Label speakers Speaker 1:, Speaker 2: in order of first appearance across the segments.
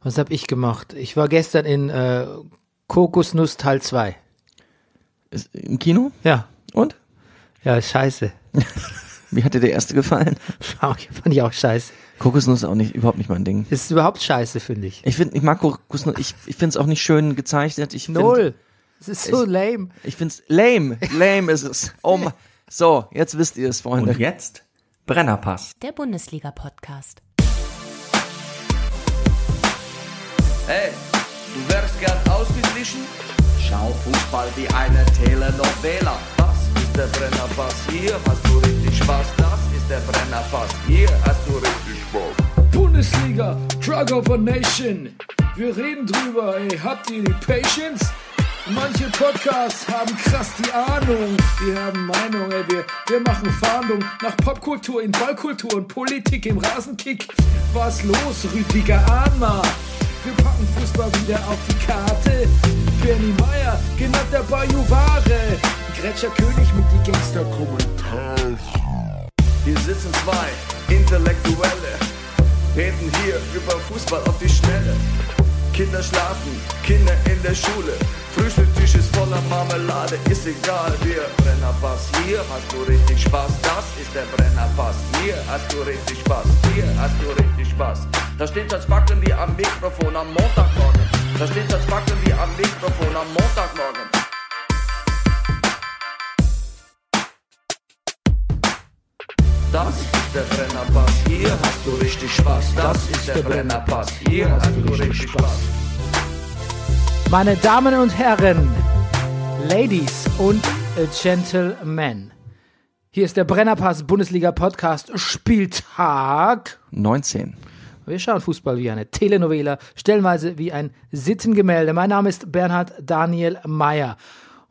Speaker 1: Was habe ich gemacht? Ich war gestern in äh, Kokosnuss Teil 2.
Speaker 2: Ist Im Kino?
Speaker 1: Ja.
Speaker 2: Und?
Speaker 1: Ja, ist scheiße.
Speaker 2: Wie hat dir der erste gefallen?
Speaker 1: Fand ich auch scheiße.
Speaker 2: Kokosnuss ist auch nicht, überhaupt nicht mein Ding.
Speaker 1: Ist überhaupt scheiße, finde ich.
Speaker 2: Ich finde, ich mag Kokosnuss, ich, ich finde es auch nicht schön gezeichnet. Ich find,
Speaker 1: Null. Es ist so lame.
Speaker 2: Ich finde es lame. Lame ist es. Oh ma- so, jetzt wisst ihr es, Freunde.
Speaker 3: Und jetzt Brennerpass.
Speaker 4: Der Bundesliga-Podcast.
Speaker 5: Hey, du wärst gern ausgeglichen? Schau Fußball wie eine Telenovela. Das ist der Brennerpass, hier hast du richtig Spaß. Das ist der Brennerpass, hier hast du richtig Spaß.
Speaker 6: Bundesliga, Drug of a Nation. Wir reden drüber, ey, habt ihr die Patience? Manche Podcasts haben krass die Ahnung. Wir haben Meinung, ey, wir, wir machen Fahndung nach Popkultur in Ballkultur und Politik im Rasenkick. Was los, Rüdiger Ahnma? Wir packen Fußball wieder auf die Karte. Bernie Meyer, genannt der Bayou Ware. Gretscher König mit die Gangster-Kommentare.
Speaker 5: Hier sitzen zwei Intellektuelle, reden hier über Fußball auf die Schnelle. Kinder schlafen, Kinder in der Schule. Frühstücktisch ist voller Marmelade, ist egal, wir Brennerpass, hier hast du richtig Spaß, das ist der Brennerpass, hier hast du richtig Spaß, hier hast du richtig Spaß. Da steht das Backen wie am Mikrofon am Montagmorgen, da steht das Backen wie am Mikrofon am Montagmorgen. Das ist der Brennerpass, hier hast du richtig Spaß. Das ist der Brennerpass, hier hast du richtig Spaß.
Speaker 1: Meine Damen und Herren, Ladies und Gentlemen. Hier ist der Brennerpass Bundesliga Podcast Spieltag.
Speaker 2: 19.
Speaker 1: Wir schauen Fußball wie eine Telenovela, stellenweise wie ein Sittengemälde. Mein Name ist Bernhard Daniel Meyer.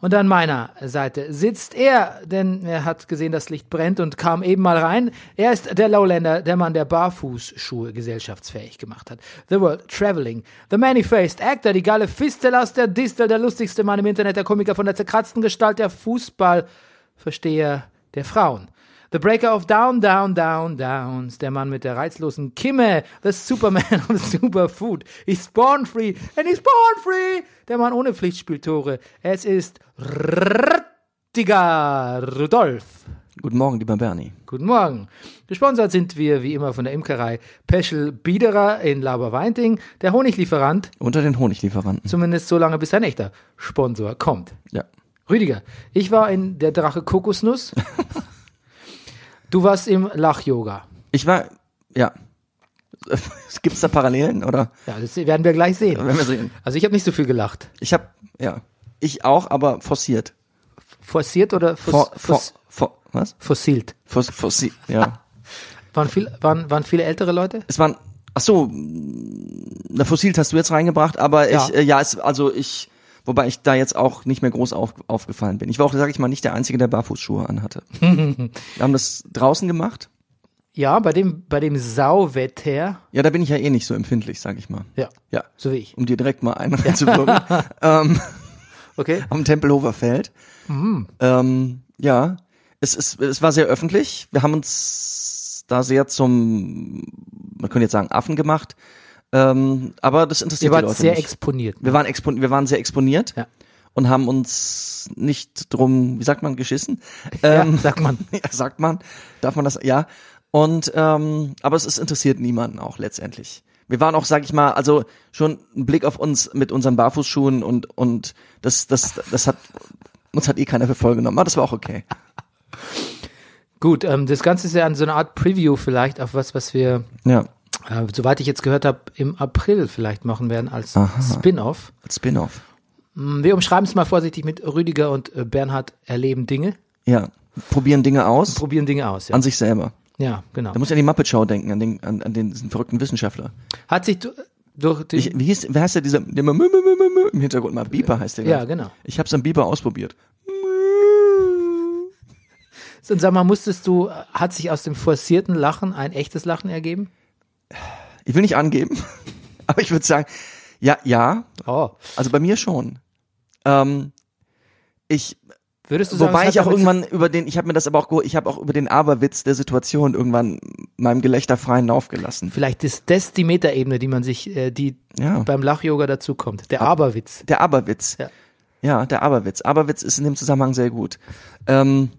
Speaker 1: Und an meiner Seite sitzt er, denn er hat gesehen, das Licht brennt und kam eben mal rein. Er ist der Lowlander, der Mann, der Barfußschuhe gesellschaftsfähig gemacht hat. The World Traveling, The Many-Faced Actor, die geile Fistel aus der Distel, der lustigste Mann im Internet, der Komiker von der zerkratzten Gestalt, der Fußballversteher der Frauen. The Breaker of Down, Down, Down, Downs. Der Mann mit der reizlosen Kimme. The Superman of Superfood. He's born free and he's born free. Der Mann ohne Pflichtspieltore. Es ist Rüdiger Rudolf.
Speaker 2: Guten Morgen, lieber Bernie.
Speaker 1: Guten Morgen. Gesponsert sind wir wie immer von der Imkerei Peschel Biederer in Laberweinting. Der Honiglieferant,
Speaker 2: Unter den Honiglieferanten.
Speaker 1: zumindest so lange bis ein echter Sponsor kommt.
Speaker 2: Ja.
Speaker 1: Rüdiger, ich war in der Drache Kokosnuss. Du warst im Lach-Yoga.
Speaker 2: Ich war, ja. Gibt's da Parallelen, oder?
Speaker 1: Ja, das werden wir gleich sehen.
Speaker 2: Werden wir sehen.
Speaker 1: Also ich habe nicht so viel gelacht.
Speaker 2: Ich hab, ja. Ich auch, aber forciert.
Speaker 1: Forciert oder fos,
Speaker 2: For, for,
Speaker 1: fos,
Speaker 2: for, was?
Speaker 1: fossilt?
Speaker 2: For, forci- ja.
Speaker 1: Waren, viel, waren, waren viele ältere Leute?
Speaker 2: es waren, ach so, mh, na, Fossilt hast du jetzt reingebracht, aber
Speaker 1: Ja.
Speaker 2: ich, äh, ja, es, also ich, wobei ich da jetzt auch nicht mehr groß auf, aufgefallen bin. Ich war auch, sag ich mal, nicht der Einzige, der Barfußschuhe anhatte. Wir haben das draußen gemacht.
Speaker 1: Ja, bei dem, bei dem Sauwetter.
Speaker 2: Ja, da bin ich ja eh nicht so empfindlich, sag ich mal.
Speaker 1: Ja.
Speaker 2: Ja.
Speaker 1: So wie ich.
Speaker 2: Um dir direkt mal einen reinzuwirken. ähm,
Speaker 1: Okay.
Speaker 2: am Tempelhofer Feld.
Speaker 1: Mhm.
Speaker 2: Ähm, ja, es, es, es war sehr öffentlich. Wir haben uns da sehr zum, man könnte jetzt sagen, Affen gemacht. Ähm, aber das
Speaker 1: Ihr
Speaker 2: interessiert die
Speaker 1: wart
Speaker 2: Leute
Speaker 1: sehr
Speaker 2: nicht.
Speaker 1: exponiert.
Speaker 2: Wir waren, expo wir waren sehr exponiert
Speaker 1: Ja.
Speaker 2: und haben uns nicht drum, wie sagt man, geschissen.
Speaker 1: ja,
Speaker 2: Ähm,
Speaker 1: sagt man.
Speaker 2: ja. sagt man, darf man das, ja. Und ähm, aber es ist interessiert niemanden auch letztendlich. Wir waren auch, sag ich mal, also schon ein Blick auf uns mit unseren Barfußschuhen und und das das das hat uns hat eh keiner für voll genommen. Aber das war auch okay.
Speaker 1: Gut, ähm, das Ganze ist ja so eine Art Preview vielleicht auf was, was wir,
Speaker 2: Ja,
Speaker 1: äh, soweit ich jetzt gehört habe, im April vielleicht machen werden als Spin-off.
Speaker 2: als Spin-off.
Speaker 1: Hm, Wir umschreiben es mal vorsichtig mit Rüdiger und äh, Bernhard erleben Dinge,
Speaker 2: Ja, probieren Dinge aus
Speaker 1: probieren Dinge aus. Ja,
Speaker 2: an sich selber.
Speaker 1: ja genau.
Speaker 2: Da muss ich an die Muppet Show denken, an den an, an den diesen verrückten Wissenschaftler.
Speaker 1: Hat sich du- durch den,
Speaker 2: Ich, wie hieß, wer heißt der dieser der immer mü- mü- mü- mü- mü- im Hintergrund mal Bieber heißt der?
Speaker 1: Ja,
Speaker 2: glaub ich.
Speaker 1: genau. ich,
Speaker 2: Ich habe es am Bieber ausprobiert.
Speaker 1: Und sag mal, musstest du, hat sich aus dem forcierten Lachen ein echtes Lachen ergeben?
Speaker 2: Ich will nicht angeben, aber ich würde sagen, ja, ja,
Speaker 1: Oh.
Speaker 2: also bei mir schon. Ähm, ich,
Speaker 1: The Würdest du sagen,
Speaker 2: Wobei
Speaker 1: es
Speaker 2: ich
Speaker 1: hat
Speaker 2: auch
Speaker 1: damit zu-
Speaker 2: irgendwann über den, ich habe mir das aber auch, geho- ich habe auch über den Aberwitz der Situation irgendwann meinem Gelächter freien Lauf gelassen.
Speaker 1: Vielleicht ist das die Metaebene, die man sich, äh, die
Speaker 2: Ja.
Speaker 1: beim Lach-Yoga dazukommt. Der Aberwitz.
Speaker 2: Der Aberwitz.
Speaker 1: Ja.
Speaker 2: Ja. der Aberwitz. Aberwitz ist in dem Zusammenhang sehr gut. Ähm,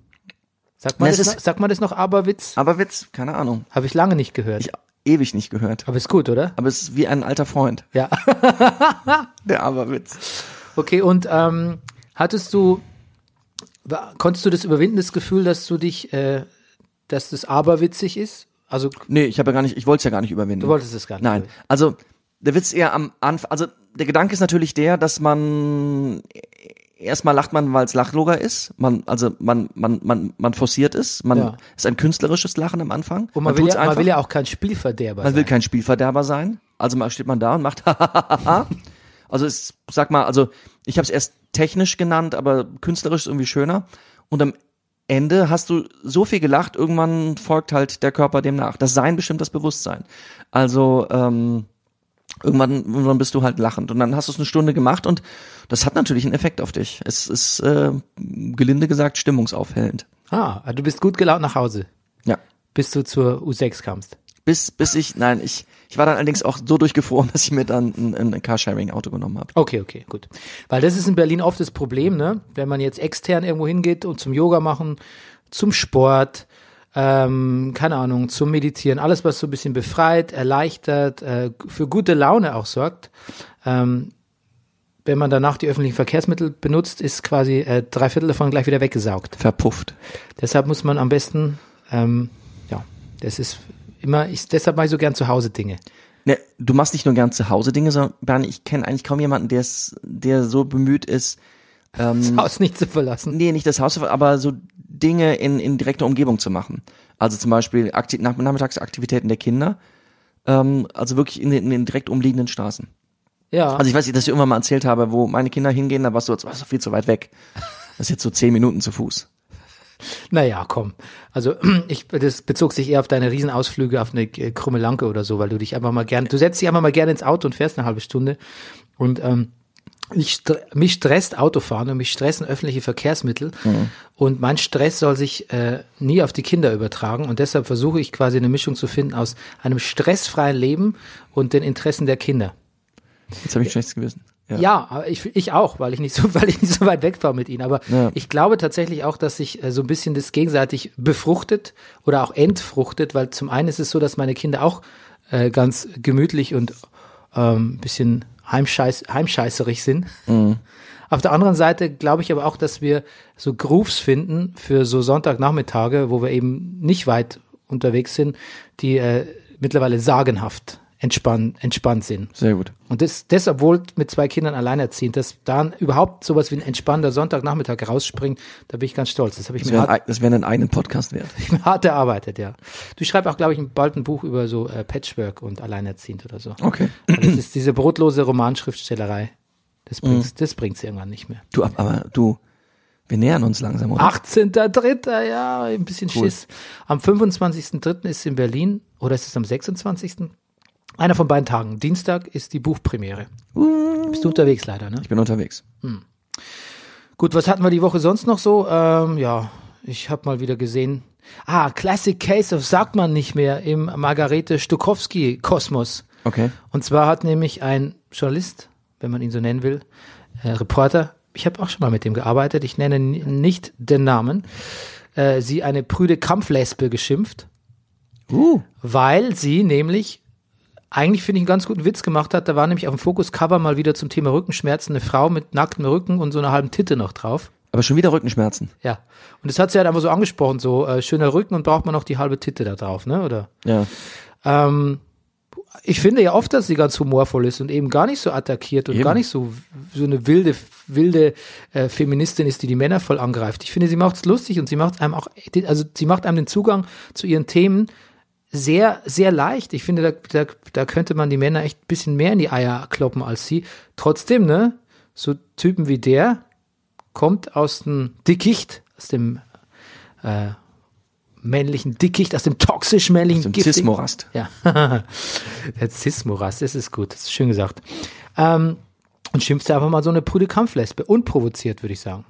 Speaker 1: Sagt man,
Speaker 2: Das
Speaker 1: das
Speaker 2: ist-
Speaker 1: noch, sagt man das noch Aberwitz?
Speaker 2: Aberwitz, keine Ahnung.
Speaker 1: Habe ich lange nicht gehört.
Speaker 2: Ich ewig nicht gehört.
Speaker 1: Aber ist gut, oder?
Speaker 2: Aber es ist wie ein alter Freund.
Speaker 1: Ja.
Speaker 2: Der Aberwitz.
Speaker 1: Okay, und ähm, hattest du, wa- konntest du das überwinden, das Gefühl, dass du dich, äh, dass das aberwitzig ist? Also,
Speaker 2: Nee, ich habe ja gar nicht, ich wollte es ja gar nicht überwinden.
Speaker 1: du wolltest es gar nicht.
Speaker 2: Nein, also der Witz eher am Anfang, also der Gedanke ist natürlich der, dass man erstmal lacht man, weil es Lachloger ist. Man, also man, man, man, man forciert ist. Man
Speaker 1: Ja.
Speaker 2: ist ein künstlerisches Lachen am Anfang.
Speaker 1: Und man, will,
Speaker 2: tut's
Speaker 1: ja, man will ja auch kein Spielverderber
Speaker 2: man
Speaker 1: sein.
Speaker 2: will kein Spielverderber sein. Also mal steht man da und macht Also es, sag mal, also ich habe es erst technisch genannt, aber künstlerisch ist irgendwie schöner. Und am Ende hast du so viel gelacht, irgendwann folgt halt der Körper dem nach. Das Sein bestimmt das Bewusstsein. Also ähm, irgendwann, irgendwann bist du halt lachend. Und dann hast du es eine Stunde gemacht und das hat natürlich einen Effekt auf dich. Es ist äh, gelinde gesagt stimmungsaufhellend.
Speaker 1: ah, du bist gut gelaunt nach Hause,
Speaker 2: Ja.
Speaker 1: bis du zur U6 kamst.
Speaker 2: Bis, bis ich, nein, ich, ich war dann allerdings auch so durchgefroren, dass ich mir dann ein, ein Carsharing-Auto genommen habe.
Speaker 1: Okay, okay, gut. Weil das ist in Berlin oft das Problem, ne? Wenn man jetzt extern irgendwo hingeht und zum Yoga machen, zum Sport, ähm, keine Ahnung, zum Meditieren, alles, was so ein bisschen befreit, erleichtert, äh, für gute Laune auch sorgt. Ähm, wenn man danach die öffentlichen Verkehrsmittel benutzt, ist quasi äh, drei Viertel davon gleich wieder weggesaugt.
Speaker 2: Verpufft.
Speaker 1: Deshalb muss man am besten, ähm, ja, das ist immer, ich, deshalb mache ich so gern zu Hause Dinge.
Speaker 2: Ne, du machst nicht nur gern zu Hause Dinge, sondern Bernie, ich kenne eigentlich kaum jemanden, der es, der so bemüht ist,
Speaker 1: Das Haus nicht zu verlassen.
Speaker 2: nee, nicht das Haus, aber so Dinge in, in direkter Umgebung zu machen. Also zum Beispiel Akti Nach Nachmittagsaktivitäten der Kinder, ähm, also wirklich in den, in den direkt umliegenden Straßen.
Speaker 1: Ja.
Speaker 2: Also ich weiß nicht, dass ich irgendwann mal erzählt habe, wo meine Kinder hingehen, da warst du, das war so viel zu weit weg. Das ist jetzt so zehn Minuten zu Fuß.
Speaker 1: Naja, komm. Also ich, das bezog sich eher auf deine Riesenausflüge auf eine äh, krumme Lanke oder so, weil du dich einfach mal gerne, du setzt dich einfach mal gerne ins Auto und fährst eine halbe Stunde. Und ähm, ich, stre- mich stresst Autofahren und mich stressen öffentliche Verkehrsmittel. Und mein Stress soll sich äh, nie auf die Kinder übertragen. Und deshalb versuche ich quasi eine Mischung zu finden aus einem stressfreien Leben und den Interessen der Kinder.
Speaker 2: Jetzt habe ich ein schlechtes Gewissen. Ja.
Speaker 1: Ja, aber ich, ich auch, weil ich nicht so, weil ich nicht so weit weg war mit ihnen. Aber
Speaker 2: Ja.
Speaker 1: ich glaube tatsächlich auch, dass sich äh, so ein bisschen das gegenseitig befruchtet oder auch entfruchtet, weil zum einen ist es so, dass meine Kinder auch äh, ganz gemütlich und ähm, bisschen heimscheiß, heimscheißerig sind.
Speaker 2: Mhm.
Speaker 1: Auf der anderen Seite glaube ich aber auch, dass wir so Grooves finden für so Sonntagnachmittage, wo wir eben nicht weit unterwegs sind, die äh, mittlerweile sagenhaft entspann, entspannt sind.
Speaker 2: Sehr gut.
Speaker 1: Und das, das, obwohl mit zwei Kindern alleinerziehend, dass dann überhaupt sowas wie ein entspannter Sonntagnachmittag rausspringt, da bin ich ganz stolz. Das habe ich
Speaker 2: Das
Speaker 1: mir
Speaker 2: wäre
Speaker 1: hart,
Speaker 2: ein, das wär ein eigenen Podcast wert.
Speaker 1: hart erarbeitet, ja. Du schreibst auch, glaube ich, bald ein Buch über so äh, Patchwork und Alleinerziehend oder so.
Speaker 2: Okay.
Speaker 1: Weil Das ist diese brotlose Romanschriftstellerei. Das
Speaker 2: Mhm.
Speaker 1: bringt's, das bringt's irgendwann nicht mehr.
Speaker 2: Du, ab- aber du, wir nähern uns langsam, oder?
Speaker 1: 18.3., ja, ein bisschen Schiss. Am 25.3. ist in Berlin, oder ist es am 26.? Einer von beiden Tagen. Dienstag ist die Buchpremiere.
Speaker 2: Uh.
Speaker 1: Bist du unterwegs leider, ne?
Speaker 2: Ich bin unterwegs.
Speaker 1: Gut, was hatten wir die Woche sonst noch so? Ähm, ja, ich habe mal wieder gesehen. Ah, Classic Case of sagt man nicht mehr im Margarete Stukowski Kosmos.
Speaker 2: Okay.
Speaker 1: Und zwar hat nämlich ein Journalist, wenn man ihn so nennen will, äh, Reporter, ich habe auch schon mal mit dem gearbeitet, ich nenne n- nicht den Namen, äh, sie eine prüde Kampflesbe geschimpft,
Speaker 2: Uh.
Speaker 1: weil sie nämlich eigentlich finde ich einen ganz guten Witz gemacht hat. Da war nämlich auf dem Fokus-Cover mal wieder zum Thema Rückenschmerzen eine Frau mit nacktem Rücken und so einer halben Titte noch drauf.
Speaker 2: Aber schon wieder Rückenschmerzen.
Speaker 1: Ja. Und das hat sie halt einfach so angesprochen, so äh, schöner Rücken und braucht man noch die halbe Titte da drauf, ne? Oder?
Speaker 2: Ja.
Speaker 1: Ähm, ich finde ja oft, dass sie ganz humorvoll ist und eben gar nicht so attackiert und
Speaker 2: Eben.
Speaker 1: gar nicht so so eine wilde wilde äh, Feministin ist, die die Männer voll angreift. Ich finde, sie macht's lustig und sie macht einem auch also sie macht einem den Zugang zu ihren Themen sehr sehr leicht. Ich finde, da, da, da könnte man die Männer echt ein bisschen mehr in die Eier kloppen als sie. Trotzdem, ne? So Typen wie der kommt aus dem Dickicht, aus dem äh, männlichen Dickicht, aus dem toxisch männlichen
Speaker 2: Zum
Speaker 1: giftigen-
Speaker 2: Zismorast.
Speaker 1: ja, der Zismoras, das ist gut, das ist schön gesagt. Ähm, und schimpfst einfach mal so eine prüde Kampflesbe, unprovoziert, würde ich sagen.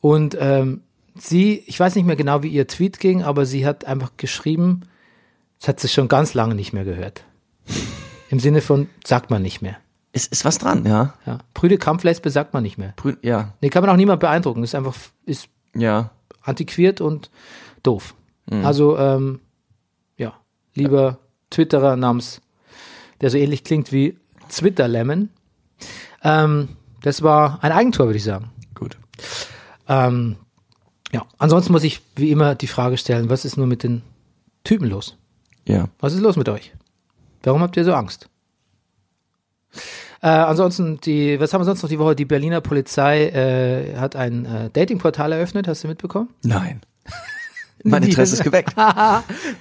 Speaker 1: Und ähm, sie, ich weiß nicht mehr genau, wie ihr Tweet ging, aber sie hat einfach geschrieben, das hat sie schon ganz lange nicht mehr gehört. Im Sinne von, sagt man nicht mehr.
Speaker 2: Es ist was dran, ja.
Speaker 1: Ja. Prüde Kampflesbe sagt man nicht mehr.
Speaker 2: Brü- Ja,
Speaker 1: Nee, kann man auch niemand beeindrucken. Ist einfach, ist
Speaker 2: ja.
Speaker 1: antiquiert und doof. Also, ähm, ja, lieber Twitterer namens, der so ähnlich klingt wie Twitter Lemon. Ähm, das war ein Eigentor, würde ich sagen.
Speaker 2: Gut.
Speaker 1: Ähm, ja, ansonsten muss ich wie immer die Frage stellen, was ist nur mit den Typen los?
Speaker 2: Ja.
Speaker 1: Was ist los mit euch? Warum habt ihr so Angst? Äh, ansonsten, die, was haben wir sonst noch die Woche? Die Berliner Polizei äh, hat ein äh, Datingportal eröffnet, hast du mitbekommen?
Speaker 2: Nein. mein Interesse ist geweckt.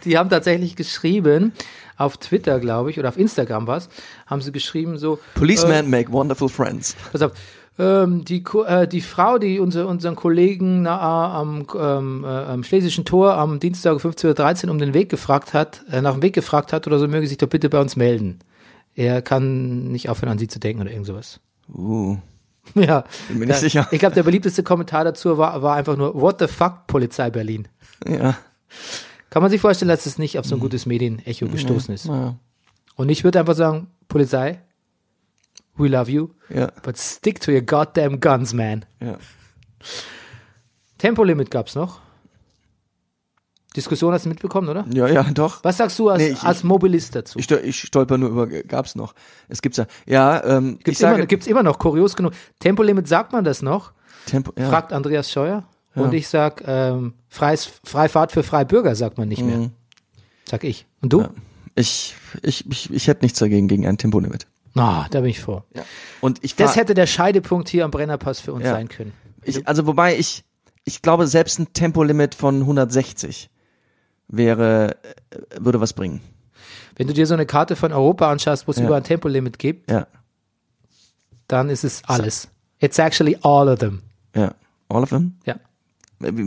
Speaker 1: Die haben tatsächlich geschrieben, auf Twitter, glaube ich, oder auf Instagram was, haben sie geschrieben so,
Speaker 2: Policemen make wonderful friends.
Speaker 1: pass auf, ähm, die, Ko- äh, die Frau, die unser, unseren Kollegen na, am, ähm, äh, am Schlesischen Tor am Dienstag 15.13 Uhr um den Weg gefragt hat, äh, nach dem Weg gefragt hat oder so, möge sich doch bitte bei uns melden. Er kann nicht aufhören, an sie zu denken oder irgend sowas.
Speaker 2: Uh.
Speaker 1: Ja.
Speaker 2: Bin mir nicht
Speaker 1: Ja,
Speaker 2: sicher.
Speaker 1: Ich glaube, der beliebteste Kommentar dazu war, war einfach nur, what the fuck, Polizei Berlin.
Speaker 2: Ja.
Speaker 1: Kann man sich vorstellen, dass es nicht auf
Speaker 2: Mhm.
Speaker 1: so ein gutes Medienecho gestoßen ist.
Speaker 2: Ja.
Speaker 1: Und ich würde einfach sagen, Polizei, we love you,
Speaker 2: Ja.
Speaker 1: but stick to your goddamn guns, man.
Speaker 2: ja.
Speaker 1: Tempolimit gab's noch. Diskussion hast du mitbekommen, oder?
Speaker 2: Ja, ja, doch.
Speaker 1: Was sagst du als,
Speaker 2: Nee, ich-
Speaker 1: als Mobilist dazu?
Speaker 2: Ich, stol- ich stolper nur über, gab's noch. Es gibt's ja. Ja, ähm, ich
Speaker 1: Gibt's, immer,
Speaker 2: sage,
Speaker 1: gibt's immer noch, kurios genug. Tempolimit sagt man das noch,
Speaker 2: Tempo, ja.
Speaker 1: fragt Andreas Scheuer. Und ich sag, ähm, freies, Freifahrt für Freibürger sagt man nicht
Speaker 2: Mhm.
Speaker 1: mehr. Sag ich. Und du?
Speaker 2: ich, ich, ich, ich hätte nichts dagegen, gegen ein Tempolimit.
Speaker 1: Na, da bin ich froh.
Speaker 2: Und ich
Speaker 1: Das
Speaker 2: fahr-
Speaker 1: hätte der Scheidepunkt hier am Brennerpass für uns
Speaker 2: Ah. Ja.
Speaker 1: sein können.
Speaker 2: Ich, also wobei ich, ich glaube, selbst ein Tempolimit von 160 wäre, äh, würde was bringen.
Speaker 1: Wenn du dir so eine Karte von Europa anschaust, wo es
Speaker 2: Ja.
Speaker 1: überall ein Tempolimit gibt,
Speaker 2: Ja,
Speaker 1: dann ist es alles. It's actually all of them.
Speaker 2: ja. All of them?
Speaker 1: Ja.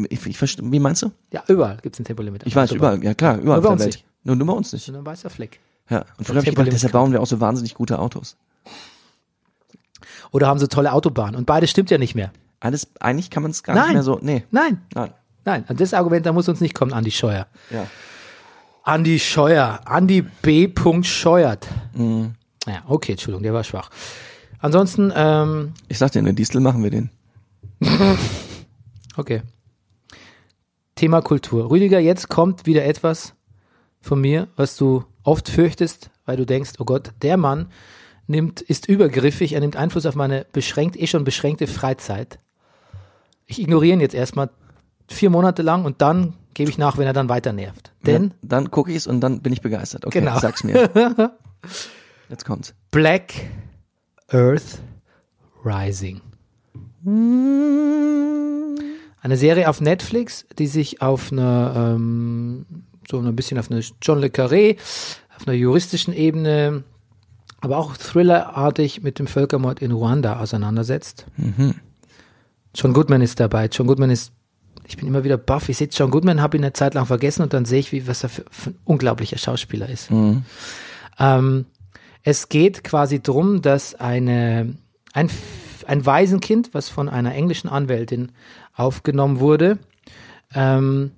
Speaker 2: Ich, ich verstehe, wie meinst du?
Speaker 1: Ja, überall gibt es ein Tempolimit.
Speaker 2: Ich weiß, überall, ja klar, überall
Speaker 1: Nur bei
Speaker 2: auf
Speaker 1: uns
Speaker 2: der Welt.
Speaker 1: nicht.
Speaker 2: Nur, nur bei uns nicht.
Speaker 1: Und ein weißer Fleck.
Speaker 2: Ja. Und früher habe ich
Speaker 1: Tempolimit
Speaker 2: gedacht, deshalb
Speaker 1: kann-
Speaker 2: bauen wir auch so wahnsinnig gute Autos.
Speaker 1: Oder haben so tolle Autobahnen. Und beides stimmt ja nicht mehr.
Speaker 2: Alles, eigentlich kann man es gar
Speaker 1: Nein.
Speaker 2: nicht mehr so, nee.
Speaker 1: Nein,
Speaker 2: Nein.
Speaker 1: nein. Und das Argument, da muss uns nicht kommen, Andi Scheuer.
Speaker 2: Ja.
Speaker 1: Andi Scheuer. Andi B. Scheuert.
Speaker 2: Mhm.
Speaker 1: Ja, okay, Entschuldigung, der war schwach. Ansonsten, ähm,
Speaker 2: Ich sagte, in der Distel machen wir den.
Speaker 1: Okay. Thema Kultur. Rüdiger, jetzt kommt wieder etwas von mir, was du oft fürchtest, weil du denkst, oh Gott, der Mann nimmt, ist übergriffig, er nimmt Einfluss auf meine beschränkt, eh schon beschränkte Freizeit. Ich ignoriere ihn jetzt erstmal vier Monate lang und dann gebe ich nach, wenn er dann weiter nervt. Denn
Speaker 2: Ja, dann gucke ich es und dann bin ich begeistert. Okay,
Speaker 1: Genau.
Speaker 2: sag's mir. Jetzt kommt's.
Speaker 1: Black Earth Rising. Eine Serie auf Netflix, die sich auf einer, ähm, so ein bisschen auf eine John Le Carré, auf einer juristischen Ebene, aber auch thrillerartig mit dem Völkermord in Ruanda auseinandersetzt. John Goodman ist dabei. John Goodman ist, ich bin immer wieder baff. Ich sehe John Goodman, habe ihn eine Zeit lang vergessen und dann sehe ich, wie, was er für, für ein unglaublicher Schauspieler ist. Ähm, es geht quasi drum, dass eine, ein, F- ein Waisenkind, was von einer englischen Anwältin aufgenommen wurde, ähm,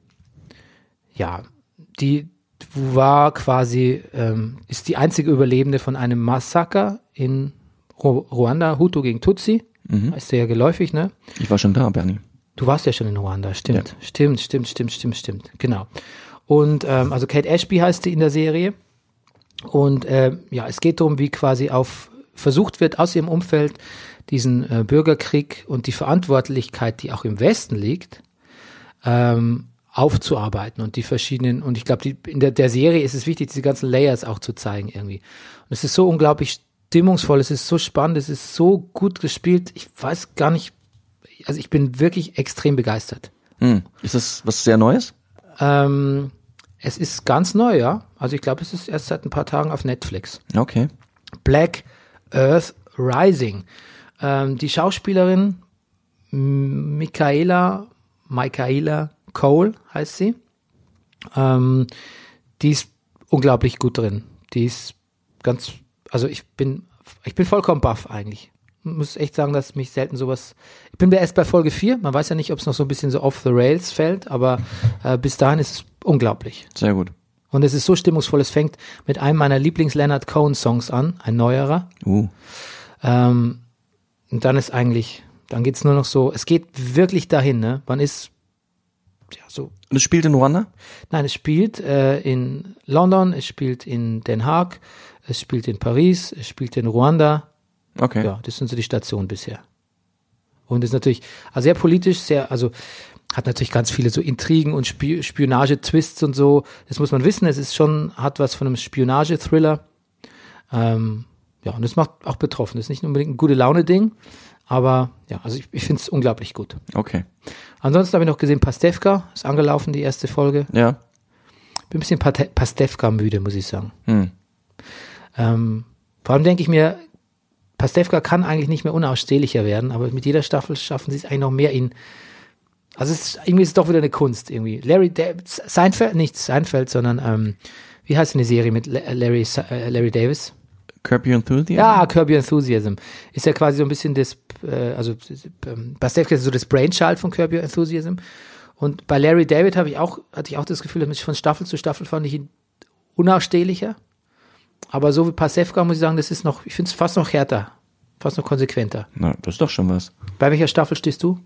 Speaker 1: ja, die war quasi, ähm, ist die einzige Überlebende von einem Massaker in Ru Ruanda, Hutu gegen Tutsi. Ist dir ja geläufig, ne?
Speaker 2: Ich war schon da, Bernie.
Speaker 1: Du warst ja schon in Ruanda, stimmt. Stimmt, stimmt, stimmt, stimmt, stimmt. Genau. Und ähm, also Kate Ashby heißt sie in der Serie. Und ähm, ja, es geht darum, wie quasi auf versucht wird, aus ihrem Umfeld diesen äh, Bürgerkrieg und die Verantwortlichkeit, die auch im Westen liegt, ähm, aufzuarbeiten und die verschiedenen, und ich glaube, die- in der, der Serie ist es wichtig, diese ganzen Layers auch zu zeigen irgendwie. Und es ist so unglaublich stimmungsvoll, es ist so spannend, es ist so gut gespielt. Ich weiß gar nicht, also ich bin wirklich extrem begeistert.
Speaker 2: Hm. Ist das was sehr Neues?
Speaker 1: Ähm, es ist ganz neu, ja. Also ich glaube, es ist erst seit ein paar Tagen auf Netflix.
Speaker 2: Okay.
Speaker 1: Black Earth Rising. Ähm, die Schauspielerin M- Michaela, Michaela Cole heißt sie. Ähm, die ist unglaublich gut drin. Die ist ganz, also ich bin, ich bin vollkommen baff eigentlich. muss echt sagen, dass mich selten sowas. Ich bin erst bei Folge 4. Man weiß ja nicht, ob es noch so ein bisschen so off the rails fällt, aber äh, bis dahin ist es unglaublich.
Speaker 2: Sehr gut.
Speaker 1: Und es ist so stimmungsvoll. Es fängt mit einem meiner Lieblings-Leonard Cohen-Songs an, ein neuerer.
Speaker 2: Uh.
Speaker 1: Ähm, und dann ist eigentlich, dann geht's nur noch so, es geht wirklich dahin, ne? Man ist, ja, so,
Speaker 2: Und es spielt in Ruanda?
Speaker 1: nein, es spielt äh, in London, es spielt in Den Haag, es spielt in Paris, es spielt in Ruanda.
Speaker 2: Okay.
Speaker 1: Ja, das sind so die Stationen bisher. Und ist natürlich also sehr politisch, sehr, also hat natürlich ganz viele so Intrigen und Spi- Spionage-Twists und so. Das muss man wissen. Es ist schon, hat was von einem Spionage-Thriller. Ähm, ja, und das macht auch betroffen. Das ist nicht unbedingt ein gute Laune-Ding, aber ja, also ich, ich finde es unglaublich gut.
Speaker 2: Okay.
Speaker 1: Ansonsten habe ich noch gesehen, Pastewka ist angelaufen, die erste Folge.
Speaker 2: Ja.
Speaker 1: Bin ein bisschen Pate- Pastewka-müde, muss ich sagen.
Speaker 2: Hm.
Speaker 1: Ähm, vor allem denke ich mir, Pastewka kann eigentlich nicht mehr unausstehlicher werden, aber mit jeder Staffel schaffen sie es eigentlich noch mehr, ihn. Also es ist, irgendwie ist es doch wieder eine Kunst irgendwie. Larry David, Seinfeld, nicht Seinfeld, sondern ähm, wie heißt denn die Serie mit La- Larry, Sa- äh, Larry Davis?
Speaker 2: Curb Your Enthusiasm?
Speaker 1: Ja, Kirby Enthusiasm. Ist ja quasi so ein bisschen das, äh, also ähm, Pastewka ist so das Brainchild von Kirby Enthusiasm. Und bei Larry David habe ich auch, hatte ich auch das Gefühl, dass ich von Staffel zu Staffel fand ich ihn unausstehlicher. Aber so wie Pasewka muss ich sagen, das ist noch, ich finde es fast noch härter, fast noch konsequenter.
Speaker 2: Na, das ist doch schon was.
Speaker 1: Bei welcher Staffel stehst du?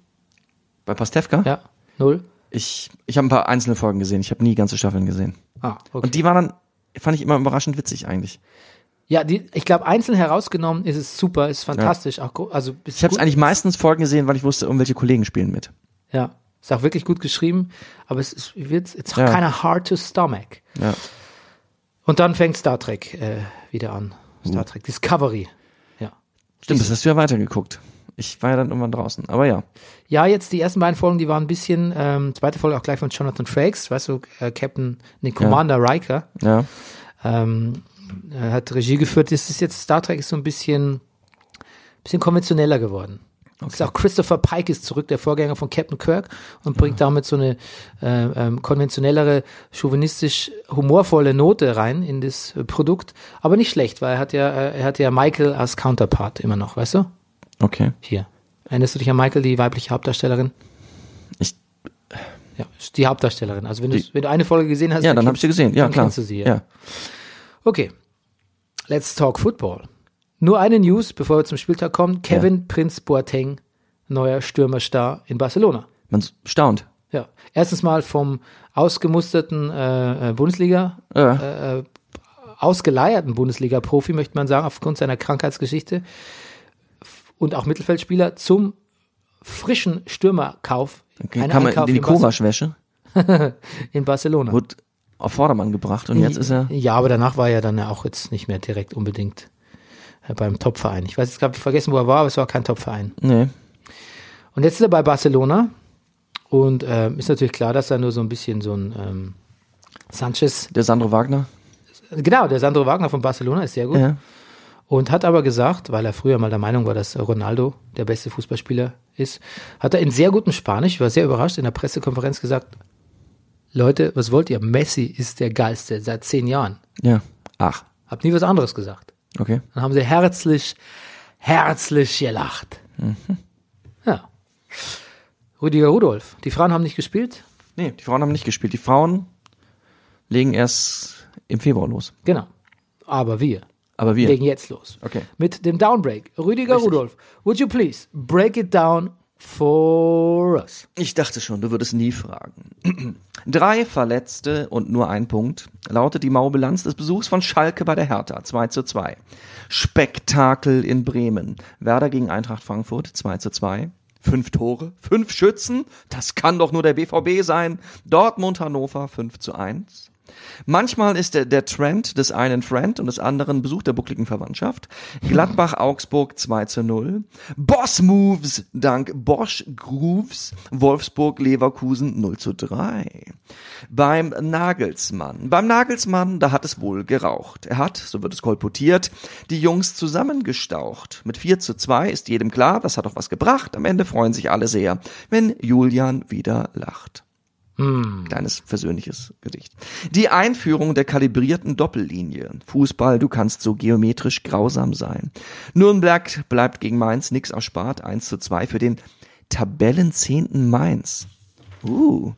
Speaker 2: Bei Pastewka?
Speaker 1: Ja, null.
Speaker 2: Ich, ich habe ein paar einzelne Folgen gesehen. Ich habe nie ganze Staffeln gesehen.
Speaker 1: Ah, okay.
Speaker 2: Und die waren dann, fand ich immer überraschend witzig eigentlich.
Speaker 1: ja, die, ich glaube, einzeln herausgenommen ist es super, ist fantastisch. Auch, gro- also ist
Speaker 2: Ich habe es
Speaker 1: gut.
Speaker 2: eigentlich meistens Folgen gesehen, weil ich wusste, irgendwelche Kollegen spielen mit.
Speaker 1: Ja, ist auch wirklich gut geschrieben, aber es ist, wird, it's
Speaker 2: Ja.
Speaker 1: kind of hard to stomach.
Speaker 2: Ja.
Speaker 1: Und dann fängt Star Trek äh, wieder an. Star Trek Discovery. Ja.
Speaker 2: Stimmt, das hast du ja weitergeguckt. Ich war ja dann irgendwann draußen. Aber ja.
Speaker 1: Ja, jetzt die ersten beiden Folgen, die waren ein bisschen, ähm, zweite Folge auch gleich von Jonathan Frakes, weißt du, äh, Captain, nee, Commander Riker,
Speaker 2: Ja.
Speaker 1: ähm, äh, hat Regie geführt. Das ist jetzt, Star Trek ist so ein bisschen, bisschen konventioneller geworden. Ist auch Christopher Pike ist zurück, der Vorgänger von Captain Kirk und bringt damit so eine äh, ähm, konventionellere, chauvinistisch humorvolle Note rein in das äh, Produkt. Aber nicht schlecht, weil er hat ja, äh, er hat ja Michael als Counterpart immer noch, weißt du?
Speaker 2: Okay.
Speaker 1: Hier. Erinnerst du dich an Michael, die weibliche Hauptdarstellerin?
Speaker 2: Ich,
Speaker 1: Ja, ist die Hauptdarstellerin. Also wenn, du
Speaker 2: Die-
Speaker 1: wenn du eine Folge gesehen hast,
Speaker 2: ja, dann habe ich
Speaker 1: Also kennst-
Speaker 2: sie gesehen. Ja,
Speaker 1: dann
Speaker 2: klar.
Speaker 1: kennst du sie. Ja.
Speaker 2: ja.
Speaker 1: Okay, let's talk Football. Nur eine News, bevor wir zum Spieltag kommen. Kevin Prinz Boateng, neuer Stürmerstar in Barcelona.
Speaker 2: Man s- staunt.
Speaker 1: Ja, erstens mal vom ausgemusterten äh, äh, Bundesliga,
Speaker 2: Ja.
Speaker 1: Äh, ausgeleierten Bundesliga-Profi, möchte man sagen, aufgrund seiner Krankheitsgeschichte f- und auch Mittelfeldspieler zum frischen Stürmerkauf.
Speaker 2: Okay,
Speaker 1: Ein
Speaker 2: kam er
Speaker 1: Einkauf
Speaker 2: in die
Speaker 1: in Barce-
Speaker 2: Kovac-Wäsche,
Speaker 1: in Barcelona.
Speaker 2: wurde auf Vordermann gebracht und jetzt ist er.
Speaker 1: Ja, aber danach war er dann ja auch jetzt nicht mehr direkt unbedingt äh, beim Topverein. Ich weiß jetzt gerade vergessen, wo er war, aber es war kein Topverein.
Speaker 2: Nee.
Speaker 1: Und jetzt ist er bei Barcelona und ähm, ist natürlich klar, dass er nur so ein bisschen so ein ähm, Sanchez,
Speaker 2: Der Sandro Wagner.
Speaker 1: genau, der Sandro Wagner von Barcelona ist sehr gut
Speaker 2: Ja.
Speaker 1: und hat aber gesagt, weil er früher mal der Meinung war, dass Ronaldo der beste Fußballspieler ist, hat er in sehr gutem Spanisch, ich war sehr überrascht, in der Pressekonferenz gesagt, Leute, was wollt ihr? Messi ist der geilste seit zehn Jahren.
Speaker 2: Ja. Ach.
Speaker 1: Hab nie was anderes gesagt.
Speaker 2: Okay.
Speaker 1: Dann haben sie herzlich, herzlich gelacht.
Speaker 2: Mhm.
Speaker 1: Ja. Rüdiger Rudolf. Die Frauen haben nicht gespielt.
Speaker 2: Nee, die Frauen haben nicht gespielt. Die Frauen legen erst im Februar los.
Speaker 1: Genau. Aber wir
Speaker 2: Aber wir.
Speaker 1: legen jetzt los.
Speaker 2: Okay.
Speaker 1: Mit dem Downbreak. Rüdiger Rudolf, would you please break it down for us?
Speaker 2: Ich dachte schon, du würdest nie fragen. Drei Verletzte und nur ein Punkt lautet die maue Bilanz des Besuchs von Schalke bei der Hertha 2 zu 2. Spektakel in Bremen. Werder gegen Eintracht Frankfurt 2 zu 2. Fünf Tore, fünf Schützen, das kann doch nur der BVB sein. Dortmund Hannover 5 zu 1. Manchmal ist der, der Trend des einen Friend und des anderen Besuch der buckligen Verwandtschaft. Gladbach, Augsburg 2 zu 0. Boss Moves dank Bosch Grooves. Wolfsburg, Leverkusen 0 zu 3. Beim Nagelsmann. Beim Nagelsmann, da hat es wohl geraucht. Er hat, so wird es kolportiert, die Jungs zusammengestaucht. Mit 4 zu 2 ist jedem klar, das hat doch was gebracht. Am Ende freuen sich alle sehr, wenn Julian wieder lacht. Kleines versöhnliches Gedicht. Die Einführung der kalibrierten Doppellinie. Fußball, du kannst so geometrisch grausam sein. Nürnberg bleibt gegen Mainz nix erspart. 1 zu 2 für den Tabellenzehnten Mainz. Uh.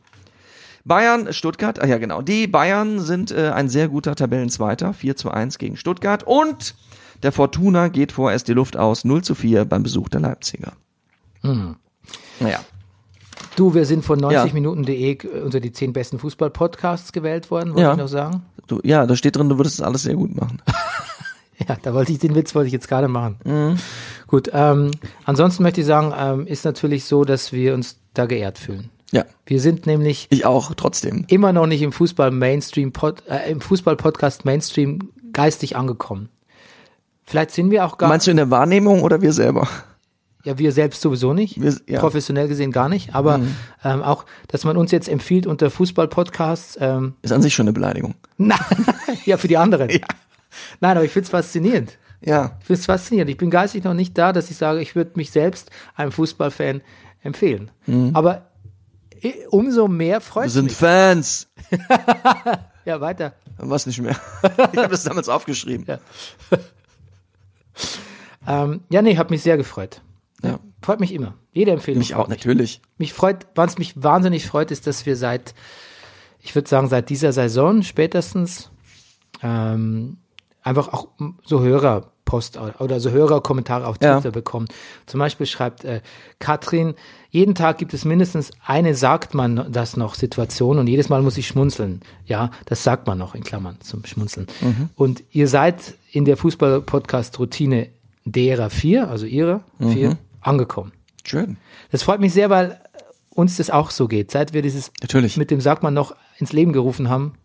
Speaker 2: Bayern, Stuttgart, ah ja genau, die Bayern sind äh, ein sehr guter Tabellenzweiter, 4 zu 1 gegen Stuttgart und der Fortuna geht vorerst die Luft aus, 0 zu 4 beim Besuch der Leipziger. Naja,
Speaker 1: Du, wir sind von
Speaker 2: Ja.
Speaker 1: 90minuten.de k- äh, unter die 10 besten Fußball-Podcasts gewählt worden, wollte
Speaker 2: Ja.
Speaker 1: ich noch sagen.
Speaker 2: du, ja, da steht drin, du würdest das alles sehr gut machen.
Speaker 1: Ja, da wollte ich den Witz wollte ich jetzt gerade machen.
Speaker 2: Mhm.
Speaker 1: Gut, ähm, ansonsten möchte ich sagen, ähm, ist natürlich so, dass wir uns da geehrt fühlen.
Speaker 2: Ja,
Speaker 1: Wir sind nämlich
Speaker 2: ich auch, trotzdem.
Speaker 1: immer noch nicht im Fußball Mainstream Pod, äh, im Fußball Podcast Mainstream geistig angekommen. Vielleicht sind wir auch gar
Speaker 2: Meinst du in der Wahrnehmung oder wir selber?
Speaker 1: ja wir selbst sowieso nicht,
Speaker 2: Wir- ja. Mhm.
Speaker 1: professionell gesehen gar nicht, aber ähm, auch, dass man uns jetzt empfiehlt unter Fußball Podcasts, ähm,
Speaker 2: Ist an sich schon eine Beleidigung.
Speaker 1: na, ja für die anderen. Nein, aber ich find's faszinierend.
Speaker 2: Ja.
Speaker 1: Ich find's faszinierend. Ich bin geistig noch nicht da, dass ich sage, ich würde mich selbst einem Fußballfan empfehlen. Aber i- umso mehr freut
Speaker 2: Mhm. Wir sind
Speaker 1: mich.
Speaker 2: Fans.
Speaker 1: Ja, weiter.
Speaker 2: Was nicht mehr. Ich habe das damals aufgeschrieben. Ja.
Speaker 1: Ähm, ja, nee, hab mich sehr gefreut. Freut mich immer. Jede Empfehlung.
Speaker 2: Mich auch, natürlich.
Speaker 1: Mich freut, was mich wahnsinnig freut, ist, dass wir seit, ich würde sagen, seit dieser Saison spätestens ähm, einfach auch m- so Hörerpost au- oder so Hörerkommentare auf
Speaker 2: Ja.
Speaker 1: Twitter bekommen. Zum Beispiel schreibt äh, Katrin, jeden Tag gibt es mindestens eine, sagt man no- das noch, Situation und jedes Mal muss ich schmunzeln. Ja, das sagt man noch in Klammern zum Schmunzeln.
Speaker 2: Mhm.
Speaker 1: Und ihr seid in der Fußball-Podcast-Routine derer vier, also ihrer
Speaker 2: Mhm.
Speaker 1: vier, angekommen.
Speaker 2: Schön.
Speaker 1: Das freut mich sehr, weil uns das auch so geht. Seit wir dieses
Speaker 2: Natürlich.
Speaker 1: mit dem Sagmann noch ins Leben gerufen haben,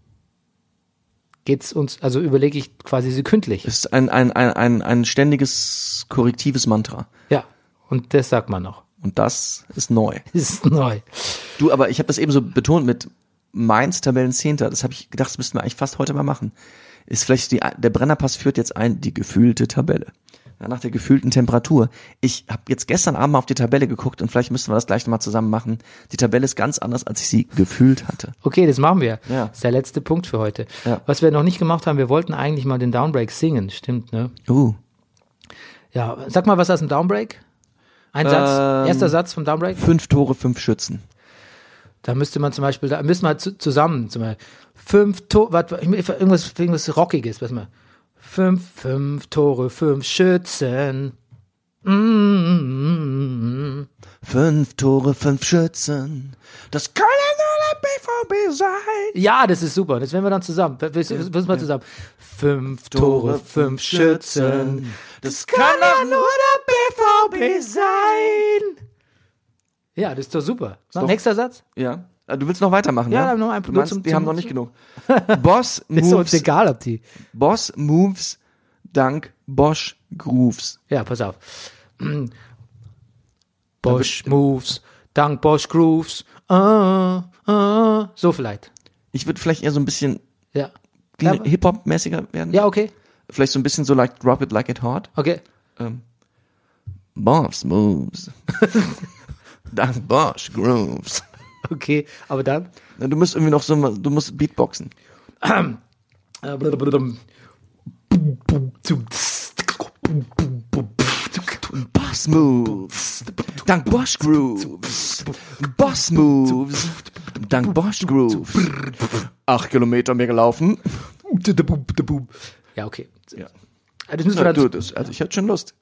Speaker 1: geht's uns, also überlege ich quasi sekündlich.
Speaker 2: Ist ein, ein, ein, ein, ein ständiges korrektives Mantra.
Speaker 1: Ja. Und das sagt man noch.
Speaker 2: Und das ist neu.
Speaker 1: Das ist neu.
Speaker 2: Du, aber ich habe das eben so betont mit Mainz Tabellenzehnter. Das habe ich gedacht, das müssten wir eigentlich fast heute mal machen. Ist vielleicht die, der Brennerpass führt jetzt ein die gefühlte Tabelle. Ja, nach der gefühlten Temperatur. Ich habe jetzt gestern Abend mal auf die Tabelle geguckt und vielleicht müssten wir das gleich nochmal zusammen machen. Die Tabelle ist ganz anders, als ich sie gefühlt hatte.
Speaker 1: Okay, das machen wir.
Speaker 2: Ja.
Speaker 1: Das ist der letzte Punkt für heute.
Speaker 2: Ja.
Speaker 1: Was wir noch nicht gemacht haben, wir wollten eigentlich mal den Downbreak singen, stimmt, ne?
Speaker 2: Uh,
Speaker 1: Ja, sag mal was aus dem Downbreak. Ein Satz,
Speaker 2: Ähm.
Speaker 1: erster Satz vom Downbreak.
Speaker 2: fünf Tore, fünf Schützen.
Speaker 1: Da müsste man zum Beispiel, da müssen wir zu, zusammen, zum Beispiel, fünf Tore, irgendwas, irgendwas Rockiges, was mal. Fünf, fünf Tore, fünf Schützen. Mm.
Speaker 2: Fünf Tore, fünf Schützen. Das können nur der BVB sein.
Speaker 1: Ja, das ist super. Das werden wir dann zusammen. Wir, wir, wir müssen mal zusammen. Fünf Tore, fünf Schützen.
Speaker 2: Das kann doch nur der BVB sein.
Speaker 1: Ja, das ist doch super. Noch
Speaker 2: doch-
Speaker 1: nächster Satz.
Speaker 2: Ja. Ah, Du willst noch weitermachen,
Speaker 1: Ja,
Speaker 2: ja?
Speaker 1: noch ein-
Speaker 2: du
Speaker 1: nur
Speaker 2: meinst,
Speaker 1: zum-
Speaker 2: wir
Speaker 1: zum-
Speaker 2: haben noch nicht genug. Boss
Speaker 1: Ist uns
Speaker 2: Moves,
Speaker 1: egal, ob die.
Speaker 2: Boss Moves, Dank Bosch Grooves.
Speaker 1: Ja, pass auf. Bosch Moves, dank Bosch Grooves. Ah, ah, so vielleicht.
Speaker 2: Ich würde vielleicht eher so ein bisschen
Speaker 1: Ja. Ja,
Speaker 2: Hip- Hip-Hop-mäßiger werden.
Speaker 1: ja, okay.
Speaker 2: Vielleicht so ein bisschen so like Drop It Like It Hot.
Speaker 1: Okay.
Speaker 2: Boss Moves. Dank Bosch Grooves.
Speaker 1: Okay, aber dann.
Speaker 2: Na, Du musst irgendwie noch so, du musst Beatboxen.
Speaker 1: äh, blubblubblum.
Speaker 2: Boss Moves. Dank Bosch Grooves. Boss Moves. Dank Bosch Grooves. Acht Kilometer mehr gelaufen.
Speaker 1: Ja, okay. Äh,
Speaker 2: Ja.
Speaker 1: Das müssen
Speaker 2: Na,
Speaker 1: wir
Speaker 2: du,
Speaker 1: dann.
Speaker 2: das, also ich hätte schon Lust.